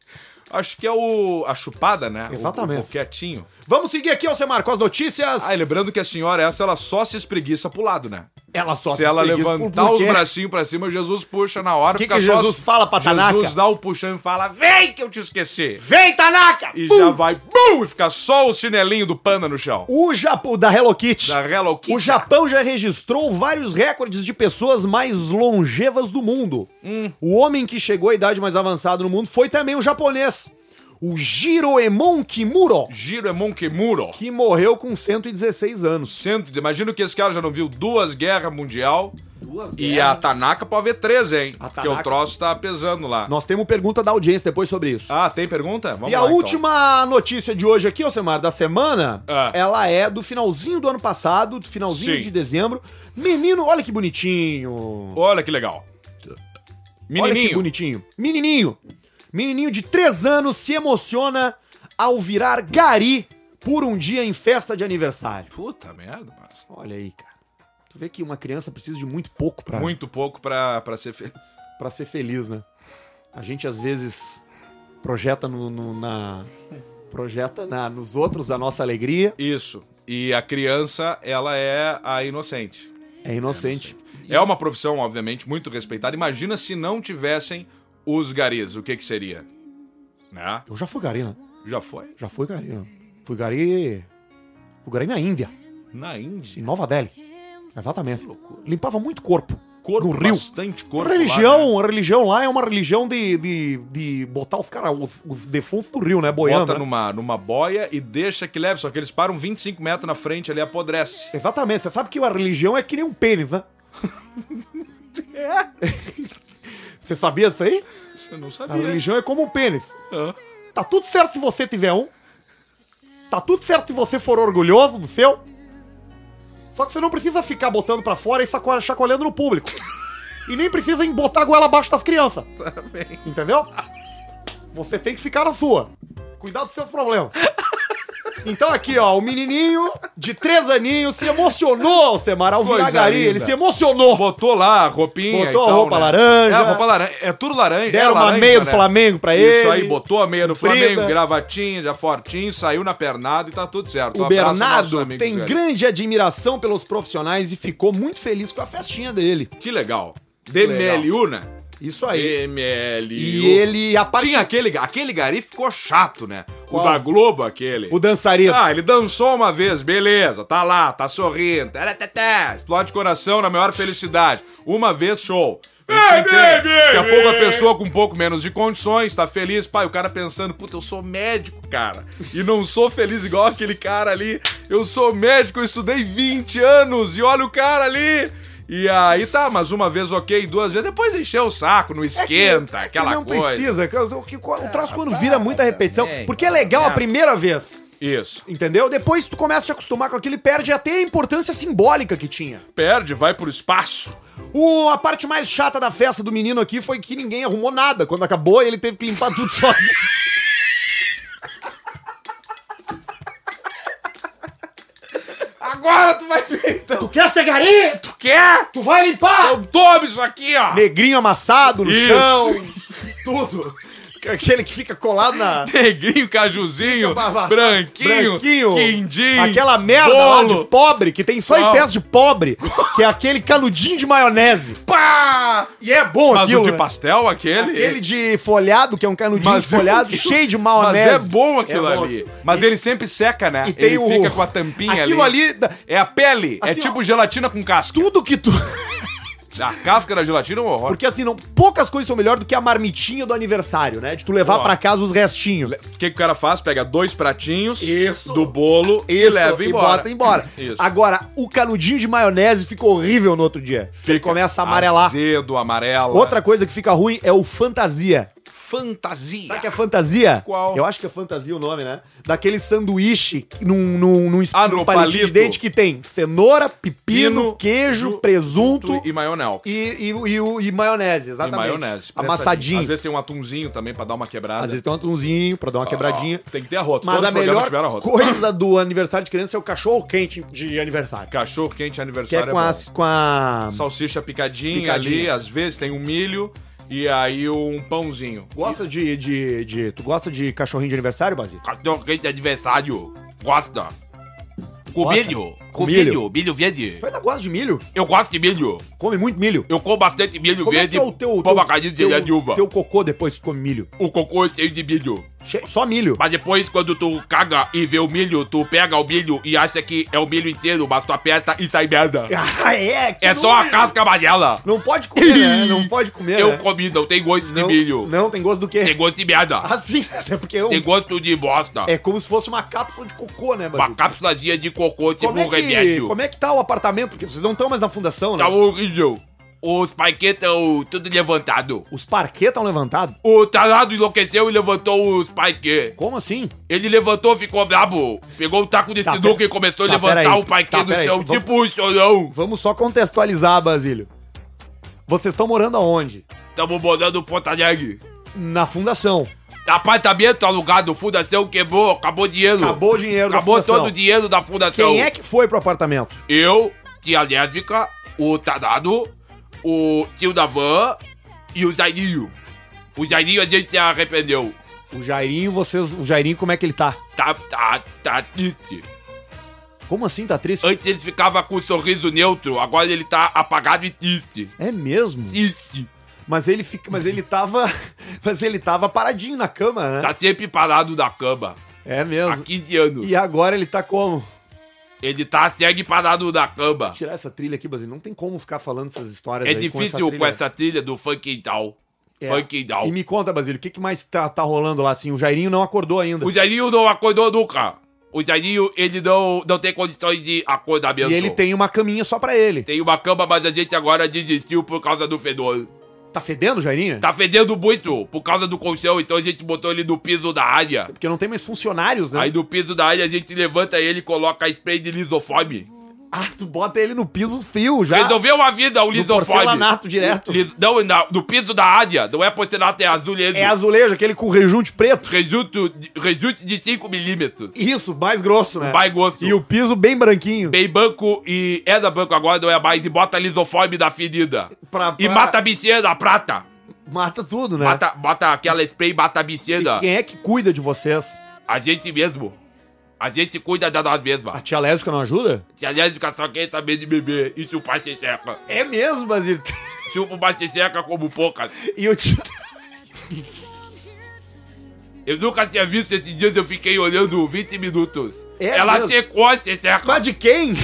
A: Acho que é o. a chupada, né? O-
B: Exatamente.
A: O, boquetinho.
B: Vamos seguir aqui, Alcemar, com as notícias.
A: Ah, e lembrando que a senhora, essa, ela só se espreguiça pro lado, né?
B: Ela só
A: se ela
B: espreguiça
A: levantar
B: por
A: os
B: quê?
A: bracinhos pra cima, Jesus puxa na hora.
B: Que que Jesus fala pra Tanaka?
A: Jesus dá o puxão e fala, vem que eu te esqueci.
B: Vem, Tanaka!
A: E
B: Pum!
A: já vai, bum, e fica só o chinelinho do panda no chão.
B: O Japão, da Hello Kitty.
A: Da Hello Kitty.
B: O Japão já registrou vários recordes de pessoas mais longevas do mundo.
A: Hum.
B: O homem que chegou à idade mais avançada no mundo foi também um japonês. O Jiroemon Kimuro,
A: Giro é Monkemuro.
B: que morreu com 116 anos.
A: Cento, imagino que esse cara já não viu duas guerras mundial. E a Tanaka pode ver três, hein?
B: A
A: Porque o
B: Tanaka-
A: troço tá pesando lá.
B: Nós temos pergunta da audiência depois sobre isso.
A: Ah, tem pergunta? Vamos
B: e a
A: lá, então.
B: última notícia de hoje aqui, Alcemar, da semana,
A: Ah.
B: ela é do finalzinho do ano passado, do finalzinho
A: Sim.
B: de dezembro. Menino, olha que bonitinho.
A: Olha que legal.
B: Olha que
A: Menininho.
B: bonitinho. Menininho. Menininho de 3 anos se emociona ao virar gari por um dia em festa de aniversário.
A: Puta merda, mas...
B: Olha aí, cara. Tu vê que uma criança precisa de muito pouco pra,
A: Muito pouco pra, pra ser feito.
B: pra ser feliz, né? A gente às vezes projeta no, no- na projeta na- nos outros a nossa alegria.
A: Isso. E a criança, ela é a inocente.
B: É inocente.
A: É uma profissão, obviamente, muito respeitada. Imagina se não tivessem os garis, o que que seria? Né?
B: Eu já fui gari, né?
A: Já foi.
B: Já fui gari, né? Fui gari. Fui gari na Índia,
A: Na
B: em
A: Índia.
B: Nova Delhi. Exatamente. Limpava muito corpo.
A: Corpo,
B: no Rio.
A: bastante corpo. lá,
B: religião,
A: né?
B: a religião lá é uma religião de, de, de botar os caras, os, os defuntos do rio, né? Boiando.
A: Bota
B: né?
A: numa, numa boia e deixa que leve. Só que eles param 25 metros na frente ali, apodrece.
B: Exatamente. Você sabe que a religião é que nem um pênis, né? Você sabia disso aí?
A: Você não
B: A
A: sabia.
B: religião é como um pênis.
A: Hã?
B: Tá tudo certo se você tiver um. Tá tudo certo se você for orgulhoso do seu. Só que você não precisa ficar botando pra fora e saco- chacoalhando no público. E nem precisa em botar a goela abaixo das crianças. Entendeu? Você tem que ficar na sua. Cuidar dos seus problemas. Então aqui, ó, o menininho de três aninhos se emocionou, Alcemar, ao
A: Coisa
B: virar gari.
A: linda.
B: Ele se emocionou.
A: Botou lá a roupinha.
B: Botou
A: e
B: a
A: tal,
B: roupa laranja.
A: É, a roupa laranja. É tudo laranja. é
B: Deram uma
A: laranja,
B: meia do
A: né?
B: Flamengo pra ele.
A: Isso aí, botou a meia do
B: Comprida.
A: Flamengo, gravatinha, já fortinho, saiu na pernada e tá tudo certo.
B: O
A: Um abraço aos nossos
B: Bernardo
A: amigos,
B: tem
A: velho.
B: grande admiração pelos profissionais e ficou muito feliz com a festinha dele.
A: Que legal.
B: legal.
A: DMLUNA.
B: Isso aí.
A: DMLU.
B: E ele, a parte...
A: Tinha aquele, aquele gari ficou chato, né?
B: Qual?
A: O da Globo, aquele.
B: O dançarino.
A: Ah, ele dançou uma vez, beleza, tá lá, tá sorrindo. Taratatá, Explode coração na maior felicidade. Uma vez, show. A gente entende. Daqui a pouco a pessoa com um pouco menos de condições, tá feliz, pai, o cara pensando, puta, eu sou médico, cara, e não sou feliz igual aquele cara ali, eu sou médico, eu estudei 20 anos, e olha o cara ali, e aí tá, mas uma vez ok, duas vezes, depois encheu o saco, não esquenta,
B: É que
A: aquela
B: não
A: coisa.
B: precisa. que O que- o troço quando vira muita repetição. Porque é legal a primeira vez.
A: Isso.
B: Entendeu? Depois tu começa a te acostumar com aquilo e perde até a importância simbólica que tinha.
A: Perde, vai pro espaço.
B: O, a parte mais chata da festa do menino aqui foi que ninguém arrumou nada. Quando acabou, ele teve que limpar tudo sozinho.
A: Agora tu vai ver, então.
C: Tu quer ser gari?
A: Tu quer?
C: Tu vai limpar?
A: Então toma isso aqui, ó.
B: Negrinho amassado no
A: Isso.
B: chão, tudo. Aquele que fica colado na.
A: Negrinho, cajuzinho, branquinho, quindim.
B: Aquela merda lá de
A: bolo.
B: pobre, que tem só em
A: Qual?
B: festa de pobre, que é aquele canudinho de maionese.
A: Pá!
B: E é bom
A: Mas
B: aquilo.
A: o de
B: né?
A: pastel, aquele...
B: Aquele de folhado, que é um canudinho
A: Mas
B: de folhado,
A: eu-
B: cheio de
A: Mas
B: maionese.
A: é bom aquilo
B: É bom.
A: ali. Mas ele sempre seca, né?
B: E tem
A: ele
B: o-
A: fica com a tampinha
B: Aquilo
A: ali.
B: ali, da-
A: É a pele. é
B: Assim,
A: tipo
B: ó.
A: gelatina com casca.
B: tudo que tu.
A: A casca da gelatina é um horror.
B: Porque assim, não, poucas coisas são melhor do que a marmitinha do aniversário, né? De tu levar
A: Ó.
B: pra casa os restinhos.
A: O que, que o cara faz? Pega dois pratinhos
B: Isso.
A: do bolo e
B: Isso,
A: leva embora.
B: E bota embora.
A: Isso.
B: Agora, o canudinho de maionese fica horrível no outro dia. Ele começa a amarelar.
A: Azedo, amarela.
B: Outra coisa que fica ruim é o fantasia.
A: fantasia.
B: Sabe o que é fantasia?
A: Qual?
B: Eu acho que é fantasia o nome, né? Daquele sanduíche num, num, num,
A: Ah,
B: num
A: no
B: palitinho
A: palito.
B: de dente que tem cenoura, pepino,
A: Pino,
B: queijo,
A: ju-
B: presunto
A: e maionel.
B: e, e, e o- e maionese, exatamente.
A: E maionese.
B: Amassadinho.
A: Pressadinho. Às vezes tem um atumzinho também pra dar uma quebrada.
B: Às vezes tem um atunzinho pra dar uma quebradinha.
A: Tem que ter a rota.
B: Mas
A: Ah, Todos
B: a
A: os programas
B: melhor
A: tiveram a rota.
B: coisa do aniversário de criança é o cachorro quente de aniversário.
A: Cachorro quente
B: Que é
A: aniversário bom.
B: com as. Com a...
A: Salsicha picadinha,
B: Picadinha.
A: ali, às vezes tem um milho e aí um pãozinho.
B: Gosta de, de, de. Tu gosta de cachorrinho de aniversário, Basílio?
A: Cachorro quente aniversário. Gosta. Com
B: Gosta?
A: milho. Com
B: Com milho.
A: milho. Milho verde.
B: Tu ainda gosta de milho?
A: Eu gosto de milho.
B: Come muito milho.
A: Eu como bastante milho
B: Como é
A: verde.
B: que é o teu.
A: pão
B: teu-
A: macarrão de
B: teu,
A: de uva.
B: teu cocô depois que tu come milho?
A: O cocô é cheio de milho.
B: Che- Só milho.
A: Mas depois, quando tu caga e vê o milho, tu pega o milho e acha que é o milho inteiro, mas tu aperta e sai merda.
B: Ah, é? que
A: É só a
B: nojo.
A: casca amarela.
B: Não pode comer, né? Não pode comer.
A: Eu
B: né?
A: comi, não tem gosto de
B: não,
A: milho.
B: Não, tem gosto do quê?
A: Tem gosto de merda.
B: Ah, sim, até porque eu.
A: Tem gosto de bosta.
B: É como se fosse uma cápsula de cocô, né,
A: Uma
B: Basílio?
A: cápsulazinha de cocô, tipo
B: Como é,
A: um
B: que,
A: remédio.
B: como é que tá o apartamento? Porque vocês não estão mais na fundação, né?
A: Tá horrível. Os paiquetes estão tudo levantado.
B: Os parquet estão levantados?
A: O tarado enlouqueceu e levantou os paiquê.
B: Como assim?
A: Ele levantou, ficou brabo. Pegou o taco de
B: Tá,
A: sinuca
B: pera-
A: e começou a
B: tá,
A: levantar
B: peraí.
A: o paiquê
B: Tá,
A: do
B: peraí.
A: chão,
B: Vamos-
A: tipo um chorão.
B: Vamos só contextualizar, Basílio. Vocês estão morando aonde?
A: Tamo morando em Porto Alegre.
B: Na fundação.
A: Apartamento alugado, fundação quebrou, acabou o dinheiro.
B: Acabou o dinheiro
A: Acabou
B: da fundação.
A: todo o dinheiro Então- da fundação.
B: Quem é que foi pro apartamento?
A: Eu, tia lésbica, o Tadado, o tio da van e o Jairinho. O Jairinho a gente se arrependeu.
B: O Jairinho, vocês. O Jairinho, como é que ele tá?
A: Tá, tá, tá triste.
B: Como assim tá triste?
A: Antes ele ficava com um sorriso neutro, agora ele tá apagado e triste.
B: É mesmo?
A: Triste.
B: Mas ele fica. Mas ele tava. Mas ele tava paradinho na cama, né?
A: Tá sempre parado na cama.
B: É
A: Há
B: mesmo.
A: 15 anos.
B: E agora ele tá como?
A: Ele tá segue parado na cama.
B: Tirar essa trilha aqui, Basílio. Não tem como ficar falando essas histórias.
A: É
B: aí
A: difícil com essa trilha do funk e tal.
B: É.
A: Funk e tal.
B: E me conta, Basílio, o que, que mais tá, tá rolando lá assim? O Jairinho não acordou ainda.
A: O Jairinho não acordou nunca. O Jairinho, ele não, não tem condições de acordamento.
B: E ele tem uma caminha só pra ele.
A: Tem uma cama, mas a gente agora desistiu por causa do fedor.
B: Tá fedendo, Jairinho?
A: Tá fedendo muito por causa do colchão, então a gente botou ele no piso da área.
B: Porque não tem mais funcionários, né?
A: Aí do piso da área a gente levanta ele e coloca spray de lisoforme.
B: Ah, tu bota ele no piso frio já.
A: Resolveu a vida o lisoforme.
B: porcelanato direto.
A: Lis- não, não, do piso da área. Não é porcelanato, é azul mesmo.
B: É azulejo, aquele com rejunte preto.
A: Rejunto de- rejunte de 5 milímetros.
B: Isso, mais grosso, né?
A: Vai gosto.
B: E o piso bem branquinho.
A: Bem banco e é da banco agora, não é mais, e bota lisoforme da ferida.
B: Pra- pra-
A: E mata a bichinha da prata.
B: Mata tudo, né?
A: Bota, bota aquela spray, mata a bichinha.
B: E quem é que cuida de vocês?
A: A gente mesmo. A gente cuida da nós mesmas.
B: A tia lésbica não ajuda?
A: Se a lésbica só quer saber de beber e chupar se seca.
B: É mesmo, Basílio.
A: Chupa se seca como poucas.
B: E o tio...
A: Eu nunca tinha visto esses dias, eu fiquei olhando 20 minutos.
B: É
A: ela
B: mesmo?
A: secou a se seca.
B: Mas de quem?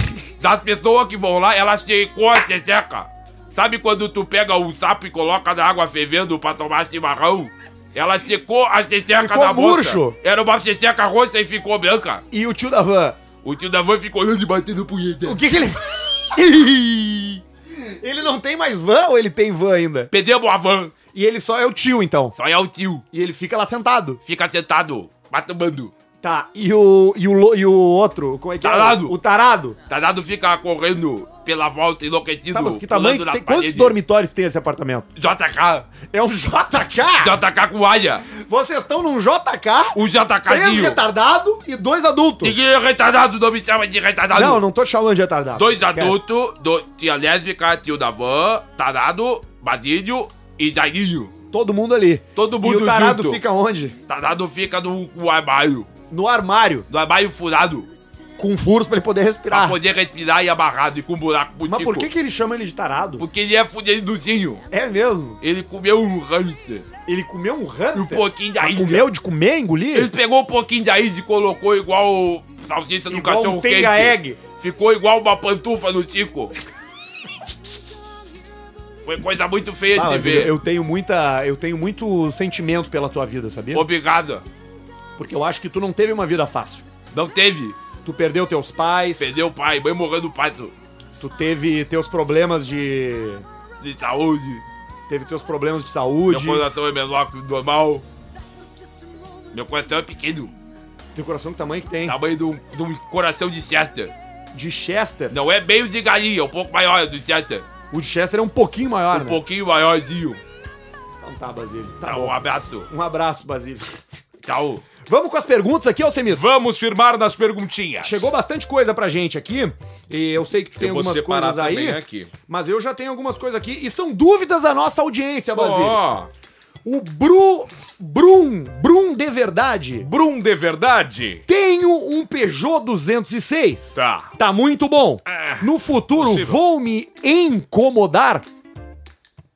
A: Das pessoas que vão lá, ela secou a se é seca. Sabe quando tu pega um sapo e coloca na água fervendo pra tomar chimarrão? Ela secou a se seca
B: Ficou
A: da moça.
B: murcho.
A: Era uma se seca roxa e ficou branca.
B: E o tio da van?
A: O tio da van ficou olhando e batendo punheta.
B: O que que ele... ele não tem mais van ou ele tem van ainda?
A: Perdemos a van.
B: E ele só é o tio, então.
A: Só é o tio.
B: E ele fica lá sentado.
A: Fica sentado, matamando.
B: Tá, e o, e o, lo- e o outro? Como é que é?
A: Tarado.
B: O tarado.
A: Tadado fica correndo pela volta enlouquecido.
B: Tá, mas que tamanho?
A: pulando na
B: Tem, quantos
A: parede.
B: dormitórios tem esse apartamento?
A: JK.
B: É um JK?
A: JK com alha.
B: Vocês estão num JK?
A: Um
B: Três
A: JKzinho.
B: retardado e dois adultos.
A: Ninguém é retardado, não me chama de retardado.
B: Não, não tô te chamando de retardado.
A: Dois
B: Esquece.
A: adultos, do, tia lésbica, tio da van, Tarado, Basílio e Zairinho.
B: Todo mundo ali.
A: Todo
B: E
A: mundo
B: o tarado
A: junto.
B: fica onde?
A: Tarado fica no, no armário.
B: No armário,
A: No armário furado.
B: com furos pra ele poder
A: Pra
B: respirar.
A: poder respirar e amarrado e com um buraco muito
B: Ah. Mas por que, que ele chama ele de tarado?
A: Porque ele é fudendozinho.
B: É mesmo?
A: Ele comeu um hamster.
B: Ele comeu um
A: E um
B: hamster?
A: pouquinho da
B: Mas
A: Índia.
B: comeu de comer, engolir?
A: Ele pegou um pouquinho da Índia e colocou igual salsicha no
B: Igual um
A: cachorro quente.
B: tenga egg.
A: Ficou igual uma pantufa no tico. Foi coisa muito feia
B: Ah,
A: de se
B: mas eu,
A: ver.
B: eu tenho muita, eu tenho muito sentimento pela tua vida, sabia?
A: Obrigado.
B: Porque eu acho que tu não teve uma vida fácil.
A: Não teve.
B: Tu perdeu teus pais,
A: Perdeu o pai, mãe morrendo no pato.
B: tu teve teus problemas de,
A: De saúde.
B: teve teus problemas de
A: Meu
B: saúde.
A: coração é menor que o normal. Meu coração é pequeno.
B: Teu coração que tamanho que tem?
A: Tamanho de um, de um coração de Chester.
B: De Chester.
A: Não é meio de galinha, é um pouco maior do Chester.
B: O de Chester é um pouquinho maior,
A: Um
B: né?
A: pouquinho maiorzinho.
B: Então tá, Basílio. Tá
A: Tá,
B: bom.
A: um abraço.
B: Um abraço, Basílio.
A: Tchau.
B: Vamos com as perguntas aqui, Alcemir.
A: Vamos firmar nas perguntinhas.
B: Chegou bastante coisa pra gente aqui. E eu sei que tu tem
A: Eu vou
B: algumas
A: separar
B: coisas aí.
A: também aqui.
B: Mas eu já tenho algumas coisas aqui. E são dúvidas da nossa audiência, Basílio.
A: Ó,
B: O Bru. Brum. Brum de verdade.
A: Brum de verdade?
B: Tenho um Peugeot 206.
A: Tá.
B: Tá muito bom.
A: Ah,
B: No futuro
A: possível.
B: vou me incomodar?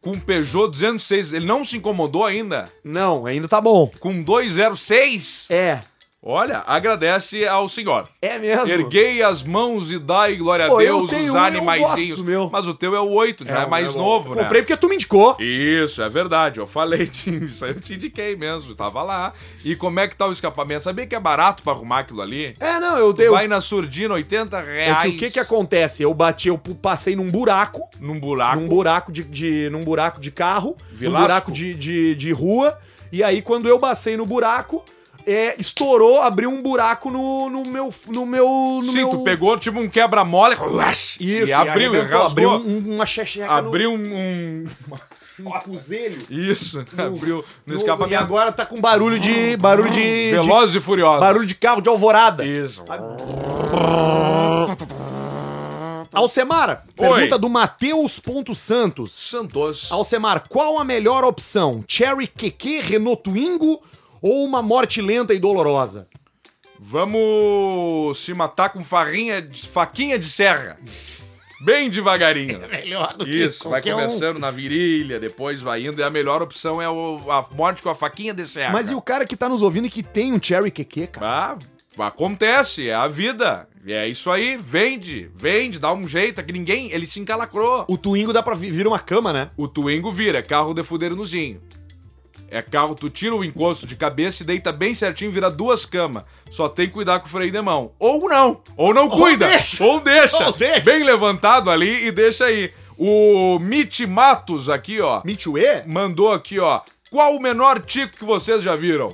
A: Com um Peugeot 206, ele não se incomodou ainda?
B: Não, ainda tá bom.
A: Com 206?
B: É.
A: Olha, agradece ao senhor.
B: É mesmo.
A: Erguei as mãos e dai glória
B: Pô,
A: a
B: eu
A: Deus
B: tenho
A: os
B: um, eu
A: animaizinhos.
B: gosto do meu.
A: Mas o teu é o 8, já é,
B: o
A: mais
B: meu-
A: novo, né?
B: Comprei porque tu me indicou.
A: Isso, é verdade. Eu falei disso. Eu te indiquei mesmo. Tava lá. E como é que tá o escapamento? Sabia que é barato pra arrumar aquilo ali?
B: É, não, eu dei.
A: Vai na surdina, 80
B: É que
A: reais.
B: o que que acontece? Eu bati, eu passei num buraco,
A: Num buraco.
B: num buraco de, de- num buraco de carro, num
A: Vilasco.
B: buraco de, de, de rua. E aí quando eu passei no buraco, é, estourou, abriu um buraco no, no meu no meu no
A: Sim,
B: meu
A: tu pegou tipo um quebra-mole. rush,
B: isso,
A: E abriu, e
B: arrebentou,
A: rasgou.
B: abriu um- uma checheca
A: Abriu um. um-
B: no, um cozelho.
A: Isso, abriu no,
B: No, e
A: escapamento.
B: agora tá com barulho de barulho de, de
A: Velozes e furiosos.
B: barulho de carro de Tá alvorada.
A: Isso.
B: Alcemara,
A: Oi.
B: pergunta do Matheus.santos.
A: Santos.
B: Alcemar, qual a melhor opção? Cherry Keke, Renault Twingo ou uma morte lenta e dolorosa?
A: Vamos se matar com farinha de- faquinha de serra. Bem devagarinho.
C: Melhor do um.
A: Isso, vai
B: um.
A: começando na virilha, depois vai indo. E a melhor opção é o- a morte com a faquinha de serra.
B: Mas e o cara que tá nos ouvindo e que tem um Cherry Keke, cara?
A: Ah, acontece, é a vida. É isso aí, vende, vende, dá um jeito. É que ninguém, ele se encalacrou.
B: O Twingo dá pra vi- vir uma cama, né?
A: O Twingo vira, é carro de fuder nozinho. É carro, tu tira o encosto de cabeça e deita bem certinho, vira duas camas. Só tem que cuidar com o freio de mão. Ou não, ou não cuida.
B: deixa.
A: Ou deixa.
B: Ou deixa.
A: Bem levantado ali e deixa aí. O Mitch Matos aqui, ó.
B: Mitchue?
A: mandou aqui, ó. Qual o menor tico que vocês já viram?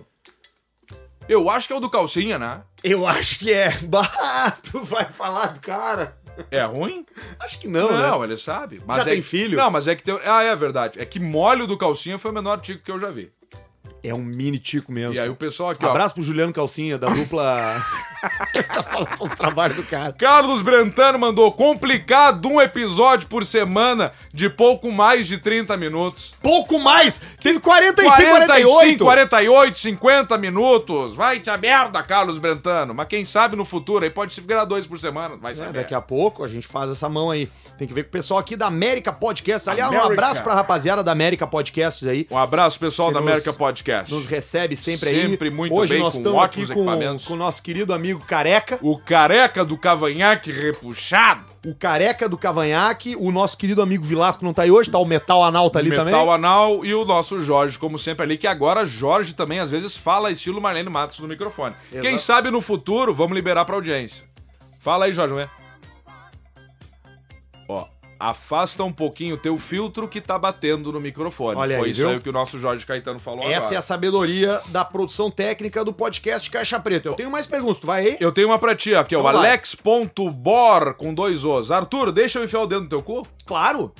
A: Eu acho que é o do calcinha, né?
B: Eu acho que é. Bah, tu vai falar do cara.
A: É ruim?
B: Acho que não,
A: Não,
B: né?
A: ele sabe. Mas
B: Já
A: é
B: tem
A: que-
B: filho?
A: Não, mas é que tem... Ah, é verdade. É que mole o do calcinha foi o menor tico que eu já vi.
B: É um mini tico mesmo.
A: E aí o pessoal aqui, ó.
B: Abraço pro Juliano Calcinha, da dupla.
C: Tá falando sobre o trabalho do cara.
A: Carlos Brentano mandou complicado um episódio por semana de pouco mais de 30 minutos.
B: Pouco mais! Teve 45,
A: 45,
B: 48!
A: 48, 50 minutos. Vai te a merda, Carlos Brentano. Mas quem sabe no futuro aí pode se virar dois por semana. Vai
B: É,
A: saber.
B: daqui a pouco a gente faz essa mão aí. Tem que ver com o pessoal aqui da América Podcast. Aliás, um
A: América.
B: abraço pra rapaziada da América Podcasts aí.
A: Um abraço, pessoal
B: Que
A: da
B: nos-
A: América Podcast.
B: Nos recebe sempre, aí.
A: Sempre muito
B: Hoje
A: bem,
B: nós
A: com
B: estamos
A: ótimos
B: aqui com,
A: equipamentos.
B: com o nosso querido amigo Careca.
A: O careca do cavanhaque repuxado.
B: O Careca do Cavanhaque. O nosso querido amigo Vilasco não tá aí hoje. Tá o Metal Anal tá ali
A: metal
B: também.
A: anal e o nosso Jorge, como sempre ali, que agora Jorge também às vezes fala estilo Marlene Matos no microfone. Quem sabe no futuro vamos liberar pra audiência. Fala aí, Jorge, vamos ver. Ó, Afasta um pouquinho o teu filtro que tá batendo no microfone.
B: Olha
A: Foi
B: aí,
A: isso
B: viu?
A: aí que o nosso Jorge Caetano falou
B: Essa é a
A: agora.
B: sabedoria da produção técnica do podcast Caixa Preta. Eu tenho mais perguntas, tu vai aí?
A: Eu tenho uma pra ti aqui, ó.
B: Vamos lá.
A: Alex.bor com dois Os. Arthur, deixa eu enfiar o dedo no teu cu?
B: Claro.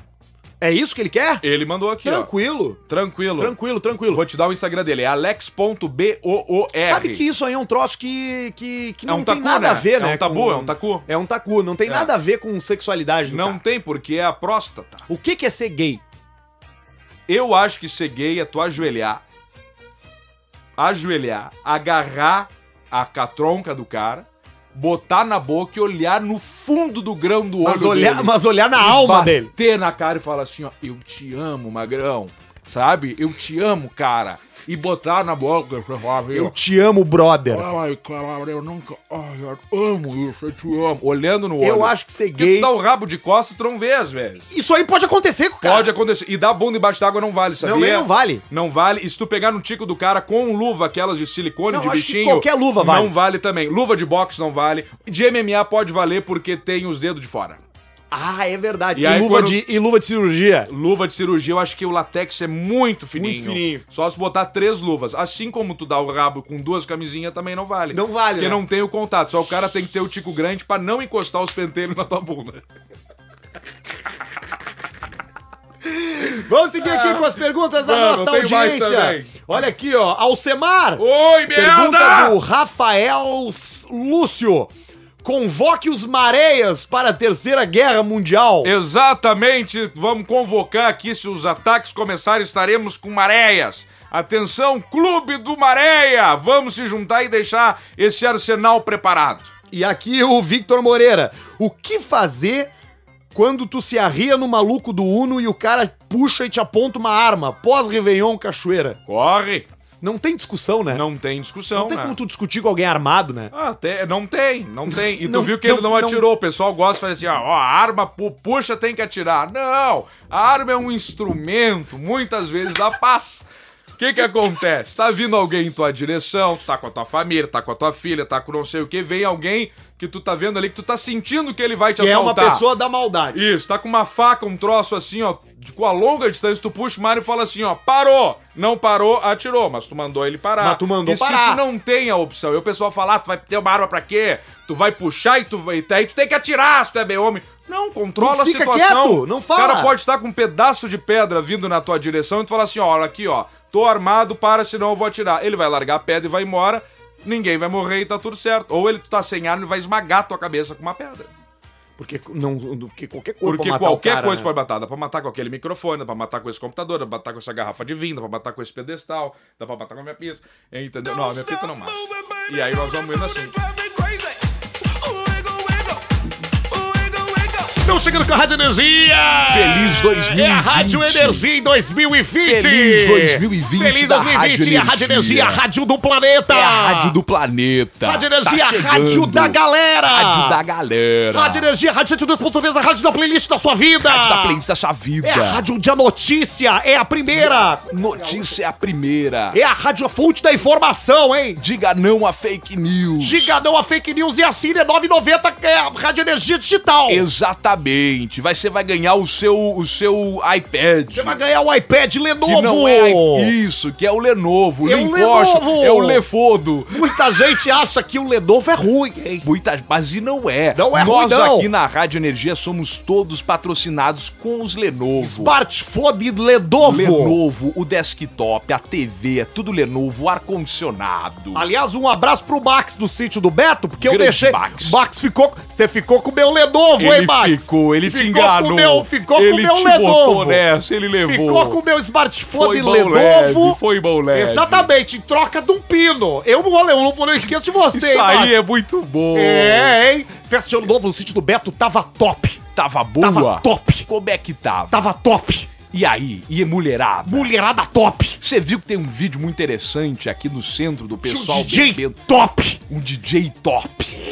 B: É isso que ele quer?
A: Ele mandou aqui,
B: Tranquilo.
A: ó. Tranquilo.
B: Tranquilo, tranquilo.
A: Vou te dar o Instagram dele, é alex.boor.
B: Sabe que isso aí é um troço que, que, que
A: É
B: não
A: um
B: tem
A: tacu,
B: nada
A: né?
B: a ver,
A: É um
B: né?
A: tabu,
B: com-
A: é um tacu.
B: É um tacu, não tem
A: É.
B: nada a ver com sexualidade do
A: Não
B: cara.
A: tem, porque é a próstata.
B: O que, que é ser gay?
A: Eu acho que ser gay é tu ajoelhar, ajoelhar, agarrar a catronca do cara, botar na boca e olhar no fundo do grão do olho
B: Mas olhar,
A: dele.
B: mas olhar na alma
A: bater
B: dele.
A: na cara e falar assim, ó, eu te amo, magrão. Sabe? Eu te amo, cara. E botar na boca e falar,
B: Eu te amo, brother.
A: Ai, cara, eu nunca. Ai, eu amo isso, eu te amo. Olhando no olho.
B: Eu acho que ser
A: Porque
B: gay.
A: tu dá o rabo de costas, tu não vê às vezes.
B: Isso aí pode acontecer com o cara.
A: Pode acontecer. E dar a bunda embaixo d'água não vale, sabia?
B: Não, ele não vale.
A: Não vale. E se tu pegar no tico do cara com luva, aquelas de silicone,
B: Não,
A: de
B: acho que
A: bichinho.
B: qualquer luva vale.
A: Não vale também. Luva de boxe não vale. De MMA pode valer porque tem os dedos de fora.
B: Ah, é verdade.
A: E aí, quando-
B: e luva de cirurgia.
A: Luva de cirurgia, eu acho que o latex é muito fininho.
B: Muito fininho.
A: Só se botar três luvas. Assim como tu dá o rabo com duas camisinhas, também não vale.
B: Não vale,
A: Porque
B: né?
A: não tem o contato. Só o cara tem que ter o tico grande pra não encostar os pentelhos na tua bunda.
B: Vamos seguir aqui com as perguntas da
A: Vamos,
B: nossa
A: Ah. tem mais
B: audiência.
A: também.
B: Olha aqui, ó. Alcemar.
A: Oi,
B: Pergunta do
A: merda!
B: Rafael S- Lúcio. Convoque os Mareias para a Terceira Guerra Mundial.
A: Exatamente, vamos convocar aqui se os ataques começarem, estaremos com maréias. Atenção, Clube do Maréia! Vamos se juntar e deixar esse arsenal preparado.
B: E aqui o Victor Moreira. O que fazer quando tu se arria no maluco do Uno e o cara puxa e te aponta uma arma? Pós-Réveillon Cachoeira.
A: Corre!
B: Não tem discussão, né?
A: Não tem discussão,
B: Não tem
A: né?
B: como tu discutir com alguém armado, né?
A: Ah, te- não tem, não tem. E tu
B: Não-
A: viu que
B: não-
A: ele não,
B: não-
A: atirou. O pessoal gosta de fazer assim, ó, ó, a arma pu- puxa, tem que atirar. Não, a arma é um instrumento, muitas vezes, da paz. O que que acontece? Tá vindo alguém em tua direção, tu tá com a tua família, tá com a tua filha, tá com não sei o que, vem alguém que tu tá vendo ali, que tu tá sentindo que ele vai te
B: Que é uma
A: assaltar.
B: pessoa da maldade.
A: Isso, tá com uma faca, um troço assim, ó, de, com a longa distância, tu puxa o Mário e fala assim, ó, parou! Não parou, atirou, mas tu mandou ele parar.
B: Mas tu mandou
A: e
B: parar.
A: se tu não tem a opção, e o pessoal fala, ah, tu vai ter uma arma pra quê? Tu vai puxar e tu vai, e aí tu tem que atirar se tu é bem homem. Não, controla
B: Não
A: a
B: fica
A: situação.
B: quieto, não fala.
A: O cara pode estar com um pedaço de pedra vindo na tua direção e tu fala assim, ó, olha aqui, ó, tô armado, para, senão eu vou atirar. Ele vai largar a pedra e vai embora, ninguém vai morrer e tá tudo certo. Ou ele tu tá sem arma e vai esmagar tua cabeça com uma pedra.
B: Porque, não, porque qualquer coisa
A: Porque
B: pra matar o
A: qualquer
B: cara,
A: coisa
B: né?
A: pode matar. Dá pra matar com aquele microfone, dá pra matar com esse computador, dá pra matar com essa garrafa de vinho, dá pra matar com esse pedestal, dá pra matar com a minha pista. Entendeu? Não, a minha pista não mata. E aí nós vamos indo assim.
B: Estamos chegando com a Rádio Energia!
D: Feliz 2020.
B: É a Rádio Energia em 2020!
D: Feliz 2020
B: Feliz 2020!
D: da Rádio
B: a Rádio Energia,
D: Energia.
B: a Rádio do Planeta!
D: É a rádio do planeta.
B: Ah. Rádio Energia,
D: Tá
B: a rádio
D: chegando.
B: da galera!
D: Rádio da galera.
B: Rádio Energia, Rádio 102.3, a rádio da playlist da sua vida!
D: Rádio da playlist tá da sua vida.
B: É a rádio onde a notícia é a primeira!
D: Notícia é a primeira.
B: É a rádio fonte da informação, hein?
D: Diga não a fake news.
B: Diga não a fake news e assine 990, que é a Rádio Energia Digital!
D: Exatamente. Vai, você vai ganhar o seu, o seu iPad.
B: Você vai ganhar o iPad Lenovo!
D: Que não é
B: Oh.
D: i- isso, que é o Lenovo, o
B: É o
D: Lincocho,
B: Lenovo.
D: é o Lefodo.
B: Muita gente acha que o Lenovo é ruim, hein?
D: Muita, mas e não é.
B: Não é
D: Nós
B: ruim, não.
D: aqui na Rádio Energia somos todos patrocinados com os Lenovo.
B: Smartphone Lenovo.
D: Lenovo, o desktop, a TV, é tudo Lenovo, o ar-condicionado.
B: Aliás, um abraço pro Max do sítio do Beto, porque eu
D: Grande
B: deixei.
D: Max.
B: Max ficou. Você ficou com o meu Lenovo, hein,
D: Ele
B: Max?
D: ficou, ele te
B: Ficou
D: enganou.
B: Com o meu, ficou com o
D: ele
B: meu
D: te
B: Lenovo.
D: botou nessa, ele levou.
B: Ficou com o meu smartphone
D: foi bom
B: Lenovo.
D: leve, foi bom leve.
B: Exatamente, em troca de um pino. Eu não vou, eu não, vou- eu esqueço de você,
D: Isso
B: hein,
D: aí é
B: Max?
D: muito bom.
B: É, hein? Festa de ano novo no sítio do Beto tava top.
D: Tava boa.
B: Tava top.
D: Como é que tava?
B: Tava top.
D: E aí? E mulherada?
B: Mulherada top.
D: Você viu que tem um vídeo muito interessante aqui no centro do
B: Tinha um
D: pessoal
B: DJ
D: bebendo?
B: top.
D: Um DJ top.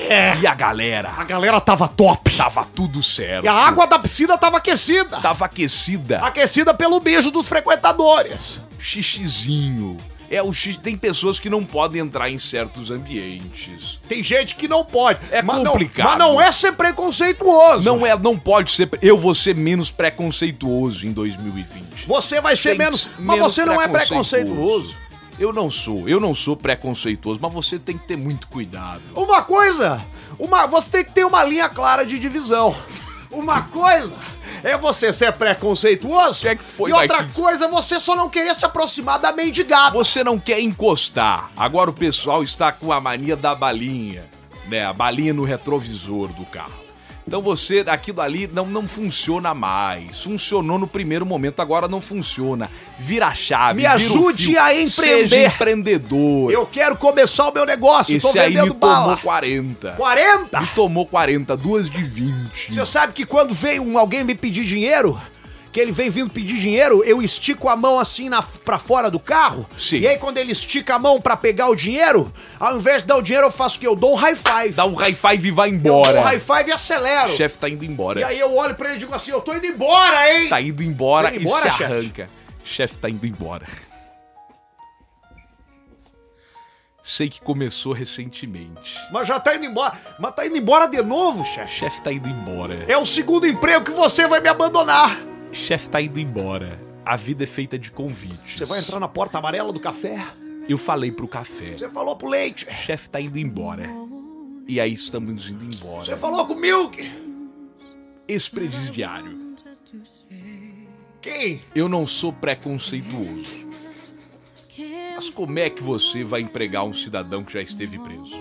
B: É.
D: E a galera?
B: A galera tava top.
A: Tá
D: Tava tudo certo.
B: E a água da piscina tava aquecida.
D: Tava aquecida.
B: Aquecida pelo beijo dos frequentadores.
D: Xixizinho.
A: É, o X tem pessoas que não podem entrar em certos ambientes.
B: Tem gente que não pode.
A: É
B: mas não-
A: complicado.
B: mas não é ser preconceituoso.
A: Não é, não pode ser. Eu vou ser menos preconceituoso em 2020.
B: Você vai ser
A: Tem
B: menos,
A: que-
B: Mas
A: menos
B: você não é preconceituoso.
A: Eu não sou, eu não sou preconceituoso, mas você tem que ter muito cuidado.
B: Uma coisa, uma, você tem que ter uma linha clara de divisão. Uma coisa é você ser preconceituoso
A: Que é que foi,
B: e outra
A: Marquinhos?
B: coisa é você só não querer se aproximar da mendigada.
A: Você não quer encostar. Agora o pessoal está com a mania da balinha, né? A balinha no retrovisor do carro. Então você, aquilo ali não, não funciona mais. Funcionou no primeiro momento, agora não funciona. Vira a chave.
B: Me
A: vira o
B: ajude
A: fio,
B: a
A: Seja
B: empreender.
A: empreendedor.
B: Eu quero começar o meu negócio, tô
A: Esse aí me
B: vendendo
A: tomou
B: bala.
A: 40.
B: 40?
A: Me tomou 40, duas de 20.
B: Você sabe que quando vem um, alguém me pedir dinheiro, que ele vem vindo pedir dinheiro, eu estico a mão assim na, pra fora do carro.
A: Sim.
B: E aí quando ele estica a mão pra pegar o dinheiro, ao invés de dar o dinheiro, eu faço o quê? Eu dou um high five.
A: Dá um high five e vai
B: Eu dou um high
A: embora.
B: five e acelero.
A: O chefe tá indo embora.
B: E aí eu olho pra ele e digo assim, eu tô indo embora, hein?
A: Tá indo embora,
B: Tá indo embora,
A: e se
B: chefe?
A: arranca. Chefe tá indo embora. Sei que começou recentemente.
B: Mas já tá indo embora. Mas tá indo embora de novo, chefe.
A: Chefe tá indo embora.
B: É o segundo emprego que você vai me abandonar.
A: Chefe tá indo embora. A vida é feita de convites.
B: Você vai entrar na porta amarela do café.
A: Eu falei pro café.
B: Você falou pro leite.
A: Chefe tá indo embora. E aí estamos indo embora.
B: Você falou com o Milk.
A: Esse presidiário.
B: Quem?
A: Eu não sou preconceituoso. Mas como é que você vai empregar um cidadão que já esteve preso?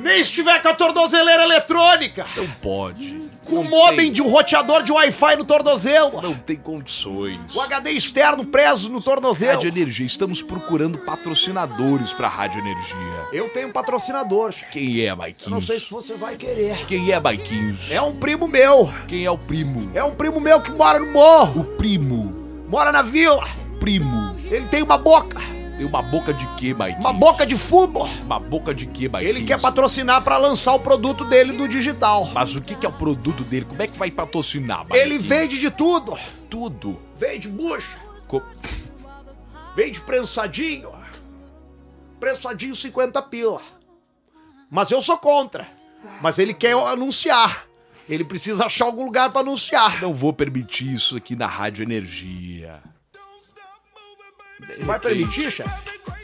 B: Nem estiver com a tornozeleira eletrônica.
A: Não pode.
B: Com o
A: Não
B: modem
A: tem-
B: de um roteador de Wi-Fi no tornozelo.
A: Não tem condições.
B: O HD externo preso no tornozelo.
A: Rádio Energia, estamos procurando patrocinadores pra Rádio Energia.
B: Eu tenho um patrocinador, chefe.
A: Quem é,
B: Não
A: Maiquinhos?
B: sei se você vai querer.
A: Quem é, Maiquinhos?
B: É um primo meu.
A: Quem é o primo?
B: É um primo meu que mora no morro.
A: O primo.
B: Mora na vila.
A: Primo.
B: Ele tem uma boca.
A: Tem uma boca de quê, Maiquinhos?
B: Uma boca de fumo.
A: Uma boca de quê, Maiquinhos?
B: Ele quer patrocinar pra lançar o produto dele do digital.
A: Mas o que que é o produto dele? Como é que vai patrocinar, Maiquinhos?
B: Ele vende de tudo.
A: tudo.
B: Vende bucha,
A: Co-
B: vende prensadinho. Prensadinho 50 pila. Mas eu sou contra. Mas ele quer anunciar. Ele precisa achar algum lugar pra anunciar.
A: Não vou permitir isso aqui na Rádio Energia.
B: Vai permitir, chefe?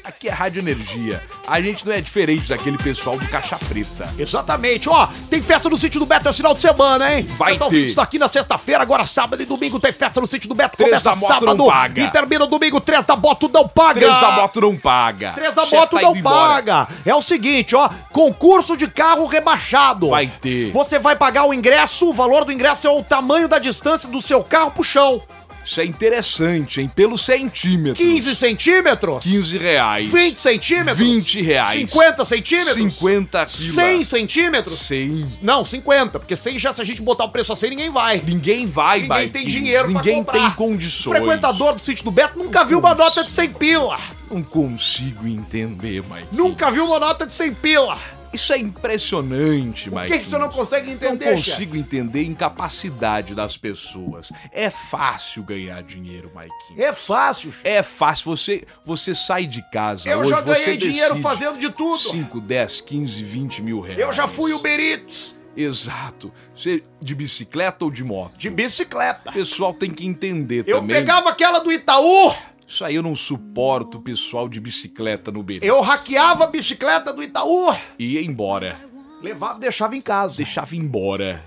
A: Aqui é Rádio Energia. A gente não é diferente daquele pessoal do Caixa Preta.
B: Exatamente. Ó, tem festa no sítio do Beto esse final de semana, hein?
A: Vai
B: tá ouvindo
A: ter.
B: isso daqui na sexta-feira, agora sábado e domingo tem festa no sítio do Beto.
A: Três
B: Começa
A: da moto
B: sábado
A: não paga.
B: e termina domingo. Três da moto não paga.
A: Três da moto não paga.
B: Três da
A: Chefe
B: moto
A: tá
B: não
A: indo embora.
B: paga. É o seguinte, ó, concurso de carro rebaixado.
A: Vai ter.
B: Você vai pagar o ingresso, o valor do ingresso é o tamanho da distância do seu carro pro chão.
A: Isso é interessante, hein? Pelo centímetro.
B: 15 centímetros?
A: 15 reais.
B: 20 centímetros?
A: 20 reais.
B: 50 centímetros?
A: 50
B: 100
A: pila.
B: centímetros?
A: 100.
B: Não, 50, porque 100 já se a gente botar o preço a 100 ninguém vai.
A: Ninguém vai,
B: Ninguém
A: Baikins.
B: tem dinheiro pra
A: Ninguém
B: comprar.
A: tem condições.
B: O frequentador do sítio do Beto nunca viu uma nota de 100 pila.
A: Não consigo entender, Mike.
B: Nunca viu uma nota de 100 pila.
A: Isso é impressionante,
B: Por
A: Mike.
B: que, que você não consegue entender,
A: Não
B: chefe?
A: consigo entender a incapacidade das pessoas. É fácil ganhar dinheiro, Mike.
B: É fácil, chefe.
A: É fácil, você, você sai de casa
B: Eu
A: hoje,
B: já ganhei
A: você
B: dinheiro
A: decide
B: fazendo de tudo.
A: 5, 10, 15, 20 mil reais.
B: Eu já fui Uber Eats
A: Exato. Você de bicicleta ou de moto?
B: de bicicleta.
A: O pessoal tem que entender
B: Eu
A: também.
B: pegava aquela do Itaú,
A: Isso aí eu não suporto o pessoal de bicicleta no Uber.
B: eu hackeava a bicicleta do Itaú,
A: Ia embora.
B: levava e deixava em casa.
A: Deixava embora.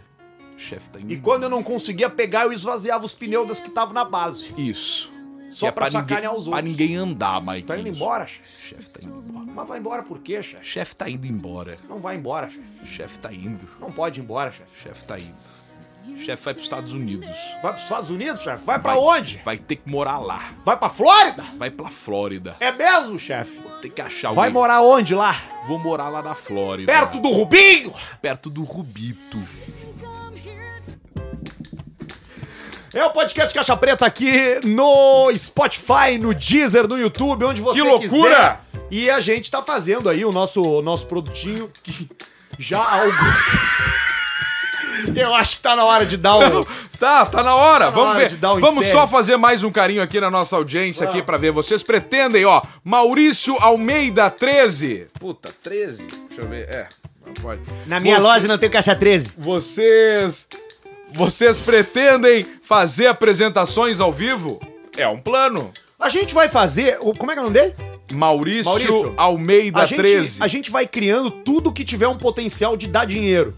A: Chefe tá indo.
B: E quando eu não conseguia pegar, eu esvaziava os pneus das que estavam na base.
A: Isso.
B: Só
A: Que
B: pra sacanear
A: ninguém, é
B: os
A: Pra
B: outros.
A: ninguém andar, Mike.
B: Tá indo embora, chefe.
A: Chefe tá indo embora.
B: Mas vai embora por quê, chefe?
A: Chefe tá indo embora.
B: Não vai embora, chefe.
A: Chefe tá indo.
B: Não pode ir embora, chefe.
A: Chefe tá indo. Chefe vai pros Estados Unidos.
B: Vai pros Estados Unidos, chefe? Vai pra
A: Vai-
B: onde?
A: Vai ter que morar lá.
B: Vai pra Flórida?
A: Vai pra Flórida.
B: É mesmo, chefe?
A: Tem que achar
B: Vai
A: alguém.
B: morar onde lá?
A: Vou morar lá na Flórida.
B: Perto do Rubinho?
A: Perto do Rubito.
B: É o podcast Caixa Preta aqui no Spotify, no Deezer, no YouTube, onde você
E: Que loucura!
B: quiser. E a gente tá fazendo aí o nosso, o nosso produtinho que já há algum... Eu acho que tá na hora de dar o.
A: Tá, tá na hora. um Vamos
B: hora
A: ver.
B: de dar o
A: Vamos
B: encerro.
A: só fazer mais um carinho aqui na nossa audiência aqui para ver vocês pretendem, ó. Maurício Almeida 13. Puta, 13. Deixa eu ver. É, não pode.
C: Na minha
A: Você-
C: loja não tem caixa 13.
A: Vocês vocês pretendem fazer apresentações ao vivo? É um plano.
B: A gente vai fazer. o- Como é que é o nome dele?
A: Maurício,
B: Maurício,
A: Almeida
B: A gente,
A: 13.
B: a gente vai criando tudo que tiver um potencial de dar dinheiro.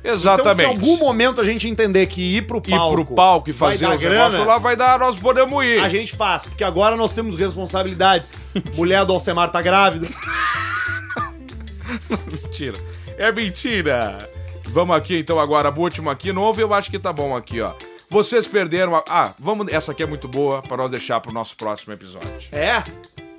B: Então, se em
A: Exatamente.
B: algum momento a gente entender que ir pro
A: ir pro
B: palco,
A: palco e
B: vai
A: fazer
B: dar
A: os negócios lá vai dar, nós podemos ir.
B: a gente faz. Porque agora nós temos responsabilidades. Mulher do Alcemar tá grávida.
A: Mentira. É mentira. Vamos aqui então agora, o último aqui novo, eu acho que tá bom aqui, ó. Vocês perderam a... Ah, vamos... Essa aqui é muito boa pra nós deixar pro nosso próximo episódio.
B: É?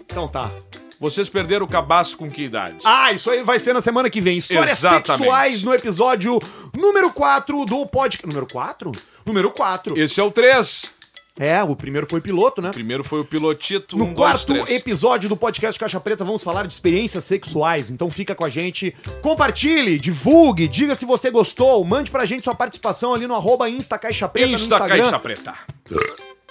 B: Então tá.
A: Vocês perderam o cabaço com que idade?
B: Ah, isso aí vai ser na semana que vem. Histórias
A: Exatamente.
B: sexuais no episódio número 4 do podcast. Número 4? Número 4.
A: Esse é o 3.
B: É, o primeiro foi piloto, né?
A: Primeiro foi o pilotito,
B: No
A: um, dois,
B: quarto
A: três.
B: episódio do podcast Caixa Preta, vamos falar de experiências sexuais. Então fica com a gente. Compartilhe, divulgue, diga se você gostou. Mande pra gente sua participação ali no arroba Insta Caixa Preta no
A: Insta
B: Instagram.
A: Caixa Preta.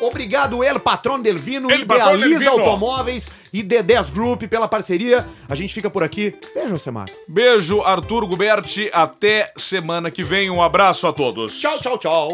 B: Obrigado, El Patrão Del Vino,
A: El Patrón del
B: Idealiza
A: Vino.
B: Automóveis e D10 Group pela parceria. A gente fica por aqui. Beijo, Semar.
A: Beijo, Arthur Guberti. Até semana que vem. Um abraço a todos.
B: tchau, tchau.
A: Tchau!